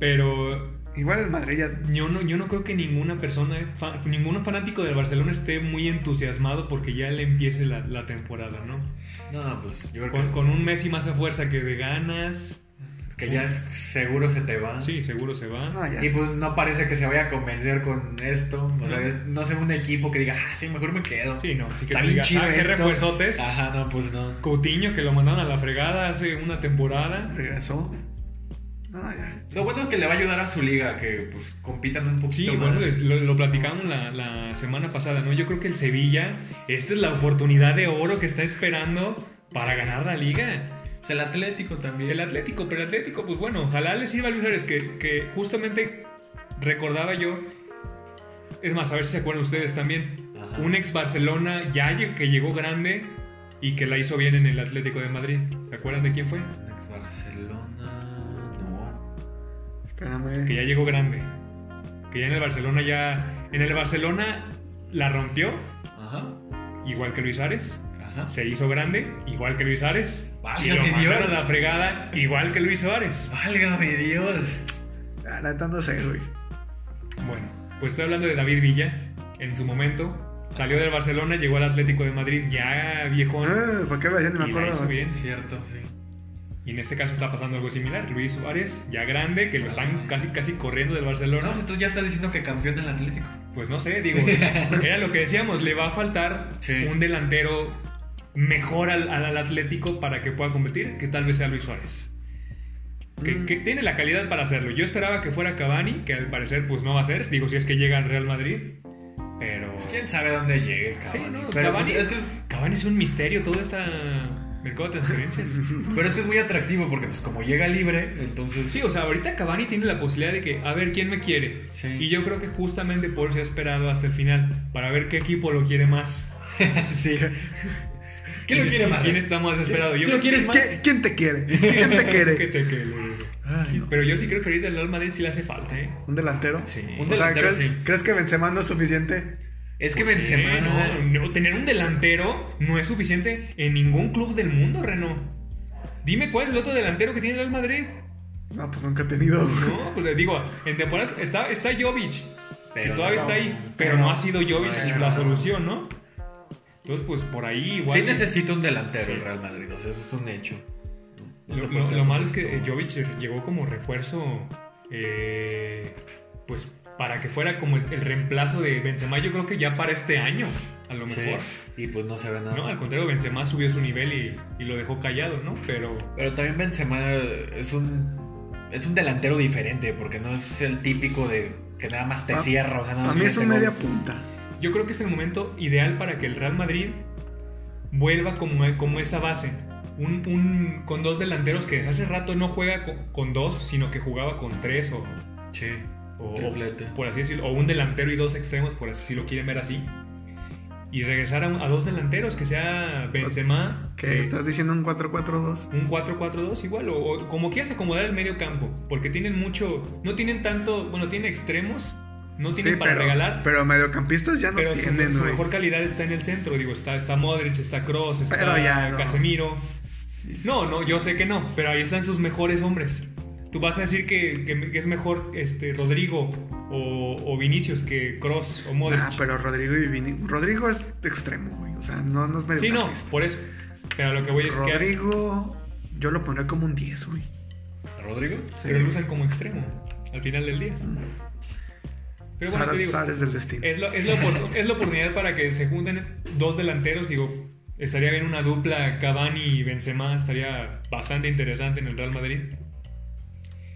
pero
Igual el Madrid ya.
Yo no, yo no creo que ninguna persona, eh, fa- ningún fanático del Barcelona esté muy entusiasmado porque ya le empiece la, la temporada, ¿no?
No, pues yo creo
Con,
que,
con un Messi más a fuerza que de ganas.
que ya es- seguro se te va.
Sí, seguro se va.
No, ya.
Y
se-
pues no parece que se vaya a convencer con esto. O sea, es- no sé un equipo que diga, ah, sí, mejor me quedo.
Sí, no. Así que
Está
tú
bien
digas,
chido
"Ah, qué
esto".
refuerzotes.
Ajá, no, pues no.
Coutinho, que lo mandaron a la fregada hace una temporada.
Regresó. No, ya.
Lo bueno es que le va a ayudar a su liga, que pues compitan un
Sí,
poquito más.
bueno, les- lo, lo platicamos la, la semana pasada, ¿no? Yo creo que el Sevilla, esta es la oportunidad de oro que está esperando para ganar la liga.
O sea, el Atlético también.
El Atlético, pero el Atlético, pues bueno, ojalá le sirva a Luis Suárez, que, que justamente recordaba yo. Es más, a ver si se acuerdan ustedes también.
Ajá.
un ex Barcelona ya lle- que llegó grande y que la hizo bien en el Atlético de Madrid. ¿Se acuerdan de quién fue?
Ex Barcelona. No.
Que
Espérame.
ya llegó grande. Que ya en el Barcelona ya. En el Barcelona la rompió,
Ajá.
igual que Luis Ares.
Ajá.
Se hizo grande, igual que Luis Ares.
Válgame
Y lo mandaron
Dios.
a la fregada, igual que Luis Ares.
Válgame Dios.
Ah, la neta no sé, güey.
Bueno, pues estoy hablando de David Villa. En su momento salió del Barcelona, llegó al Atlético de Madrid ya viejón.
Ah, ¿Para qué me decían? Ni me
Y la
acuerdo.
hizo bien.
Cierto, sí.
Y en este caso está pasando algo similar. Luis Suárez, ya grande, que lo están casi casi corriendo del
No,
Barcelona.
pues tú ya estás diciendo que campeón del Atlético.
Pues no sé, digo, era lo que decíamos, le va a faltar
Sí.
un delantero mejor al, al- al Atlético para que pueda competir, que tal vez sea Luis Suárez. Que,
Mm.
que tiene la calidad para hacerlo. Yo esperaba que fuera Cavani, que al parecer pues no va a ser, digo, si es que llega al Real Madrid, pero...
Pues quién sabe dónde llegue,
Sí,
cabrón.
no,
pero,
Cavani,
pues, es que,
Cavani es un misterio todo este mercado de transferencias.
pero es que es muy atractivo porque, pues, como llega libre, entonces.
Sí, o sea, ahorita Cavani tiene la posibilidad de que, a ver, ¿quién me quiere?
Sí.
Y yo creo que justamente por eso ha esperado hasta el final, para ver qué equipo lo quiere más.
sí. ¿Quién lo
¿Quién-
quiere más?
¿Quién está más desesperado? Yo
¿Quién lo
creo
quieres más?
¿Qui- ¿Quién te
[LAUGHS]
quiere? ¿Quién te
que
quiere?
te quede.
Ay, Ah, no.
Pero yo sí creo que ahorita el Real Madrid sí le hace falta, ¿eh?
¿Un delantero?
Sí.
O
Un
sea,
delantero,
¿crees,
sí.
crees que Benzema no es suficiente?
Es que
Pues sí,
Benzema.
no, no, tener un delantero no es suficiente en ningún club del mundo, Reno. Dime cuál es el otro delantero que tiene el Real Madrid.
No, pues nunca he tenido.
No, pues les digo, en temporadas está, está Jovic, que
Pero
todavía
no,
está ahí, pero,
pero
no ha sido Jovic
pero
la
no.
solución, ¿no? Entonces, pues por ahí igual.
Sí necesita un delantero
Sí.
el Real Madrid, o sea, eso es un hecho. No te
lo,
puedes
lo-
quedar
lo
con
malo es
esto.
que eh, Jovic llegó como refuerzo, eh, pues para que fuera como el, el reemplazo de Benzema, yo creo que ya para este año, a lo
Sí,
mejor.
Y pues no se ve nada.
No, al contrario, Benzema subió su nivel y, y lo dejó callado, ¿no? Pero
Pero también Benzema es un es un delantero diferente, porque no es el típico de que nada más te
A-
cierra, o sea, nada más
Ah, A mí es
mete
un
gol.
media punta.
yo creo que es el momento ideal para que el Real Madrid vuelva como, como esa base. Un, un- con dos delanteros que desde hace rato no juega co- con, dos, sino que jugaba con tres o,
Sí.
o-
Triplete.
por así decirlo, o un delantero y dos extremos, por así si lo quieren ver así. Y regresar a, un- a dos delanteros, que sea Benzema, eh,
¿Qué? ¿Estás diciendo un 4-4-2?
un 4-4-2 igual, o, o como quieras acomodar el medio campo, porque tienen mucho, no tienen tanto, bueno, tienen extremos, no tienen para
pero,
regalar,
Pero mediocampistas ya no
pero su,
tienen,
su
güey.
mejor calidad está en el centro, digo, está, está Modric, está Cross, está
Pero ya no.
Casemiro. No, no, yo sé que no, pero ahí están sus mejores hombres. Tú vas a decir que, que- que es mejor este, Rodrigo o, o Vinicius que Cross o Modric.
Ah, pero Rodrigo y Vini... Rodrigo es extremo, güey. O sea, no, no es
sí, no,
mediocampista.
por eso. Pero lo que voy es que
Rodrigo, yo lo pondría como un 10, güey.
¿Rodrigo?
pero lo usan como extremo al final del día. Pero bueno,
Sara-
te digo, eh,
Sara es del destino.
Es, la- es la opor- es la oportunidad para que se junten dos delanteros. Digo, estaría bien una dupla Cavani y Benzema. Estaría bastante interesante en el Real Madrid.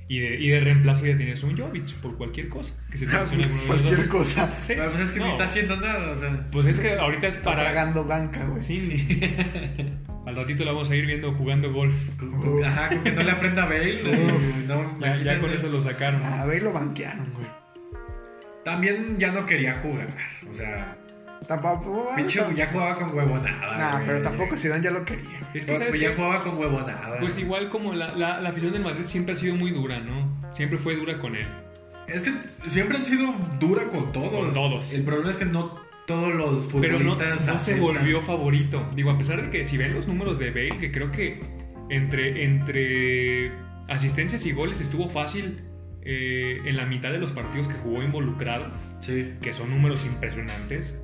Y de, y de reemplazo ya tienes un Jovic por cualquier cosa que se te lesione alguno de los
Cualquier
dos.
cosa.
Sí,
Pero, pues es que
no,
ni está haciendo nada, o sea.
pues es que ahorita es
Está
para.
tragando banca, güey.
Sí, [LAUGHS] Al ratito la vamos a ir viendo jugando golf.
con- con- Ajá, con que no le aprenda a Bale.
[LAUGHS] Uf,
no,
Ya, ya con
imagínate.
eso lo sacaron.
A ver, Ah, lo banquearon, güey.
También ya no quería jugar, o sea,
Tampoco. bueno,
pinche
tam-
ya jugaba con huevonada.
Nah,
güey.
pero tampoco Zidane ya lo quería.
Es que, ¿sabes
ya
qué?
jugaba con huevonada.
Pues igual como la, la, la afición del Madrid siempre ha sido muy dura, ¿no? Siempre fue dura con él.
Es que siempre han sido dura con todos.
Con todos.
El problema es que no todos los
Pero no,
futbolistas.
no se
aceptan.
volvió favorito. Digo, a pesar de que si ven los números de Bale, que creo que entre, entre asistencias y goles estuvo fácil eh, en la mitad de los partidos que jugó involucrado,
Sí.
que son números impresionantes.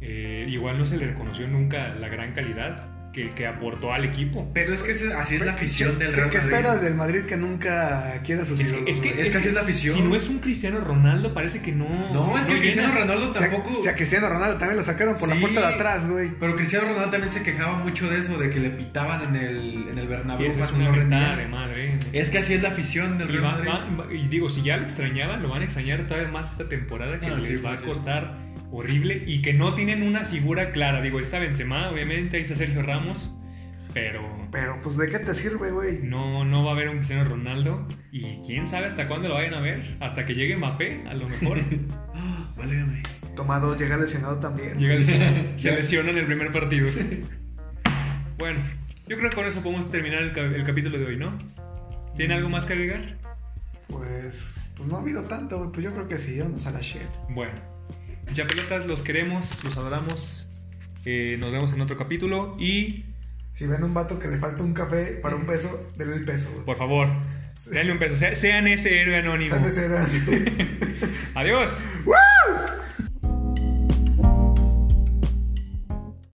eh, igual no se le reconoció nunca la gran calidad que, que aportó al equipo.
Pero es que ese- así es la afición
¿Qué-
del
qué-
Real
¿Qué
Madrid.
esperas del Madrid que nunca quiera sus
Es que,
ídolos,
es que-
güey?
Es que así es la afición.
Si no es un Cristiano Ronaldo, parece que no.
No, es que Cristiano
llenas.
Ronaldo
Si a-
tampoco.
Si a Cristiano Ronaldo también lo sacaron por la
Sí.
puerta de atrás, güey.
Pero Cristiano Ronaldo también se quejaba mucho de eso, de que le pitaban en el, en el
Sí,
Bernabéu
esa es
cuando
una
no rendía.
mentada de madre.
Es que así es la afición del
Y,
Real
va-
Madrid.
va- y digo, si ya lo extrañaban, lo van a extrañar todavía más esta temporada que
Ah,
les
sí,
va a
pues, sí.
costar horrible y que no tienen una figura clara. Digo, ahí está Benzema, obviamente, ahí está Sergio Ramos, pero
Pero, pues, ¿de qué te sirve, güey?
no, no va a haber un Cristiano Ronaldo
[LAUGHS]
y quién sabe hasta cuándo lo vayan a ver, hasta que llegue Mbappé, a lo mejor.
Válgame.
Tomado llega lesionado también.
Llega lesionado. [LAUGHS] Se lesiona en el primer partido. Bueno, yo creo que con eso podemos terminar el, cap- el capítulo de hoy, ¿no?
Mm.
¿Tiene algo más que agregar?
Pues, pues no ha habido tanto, güey. Pues yo creo que sí, vamos a la shit.
Bueno, ya pelotas, los queremos, los adoramos. Eh, nos vemos en otro capítulo y,
Si ven un vato que le falta un café para un peso, denle el peso, güey.
por favor, denle un beso. Se- Sean ese héroe anónimo.
Sale cera.
Adiós.
¡Woo!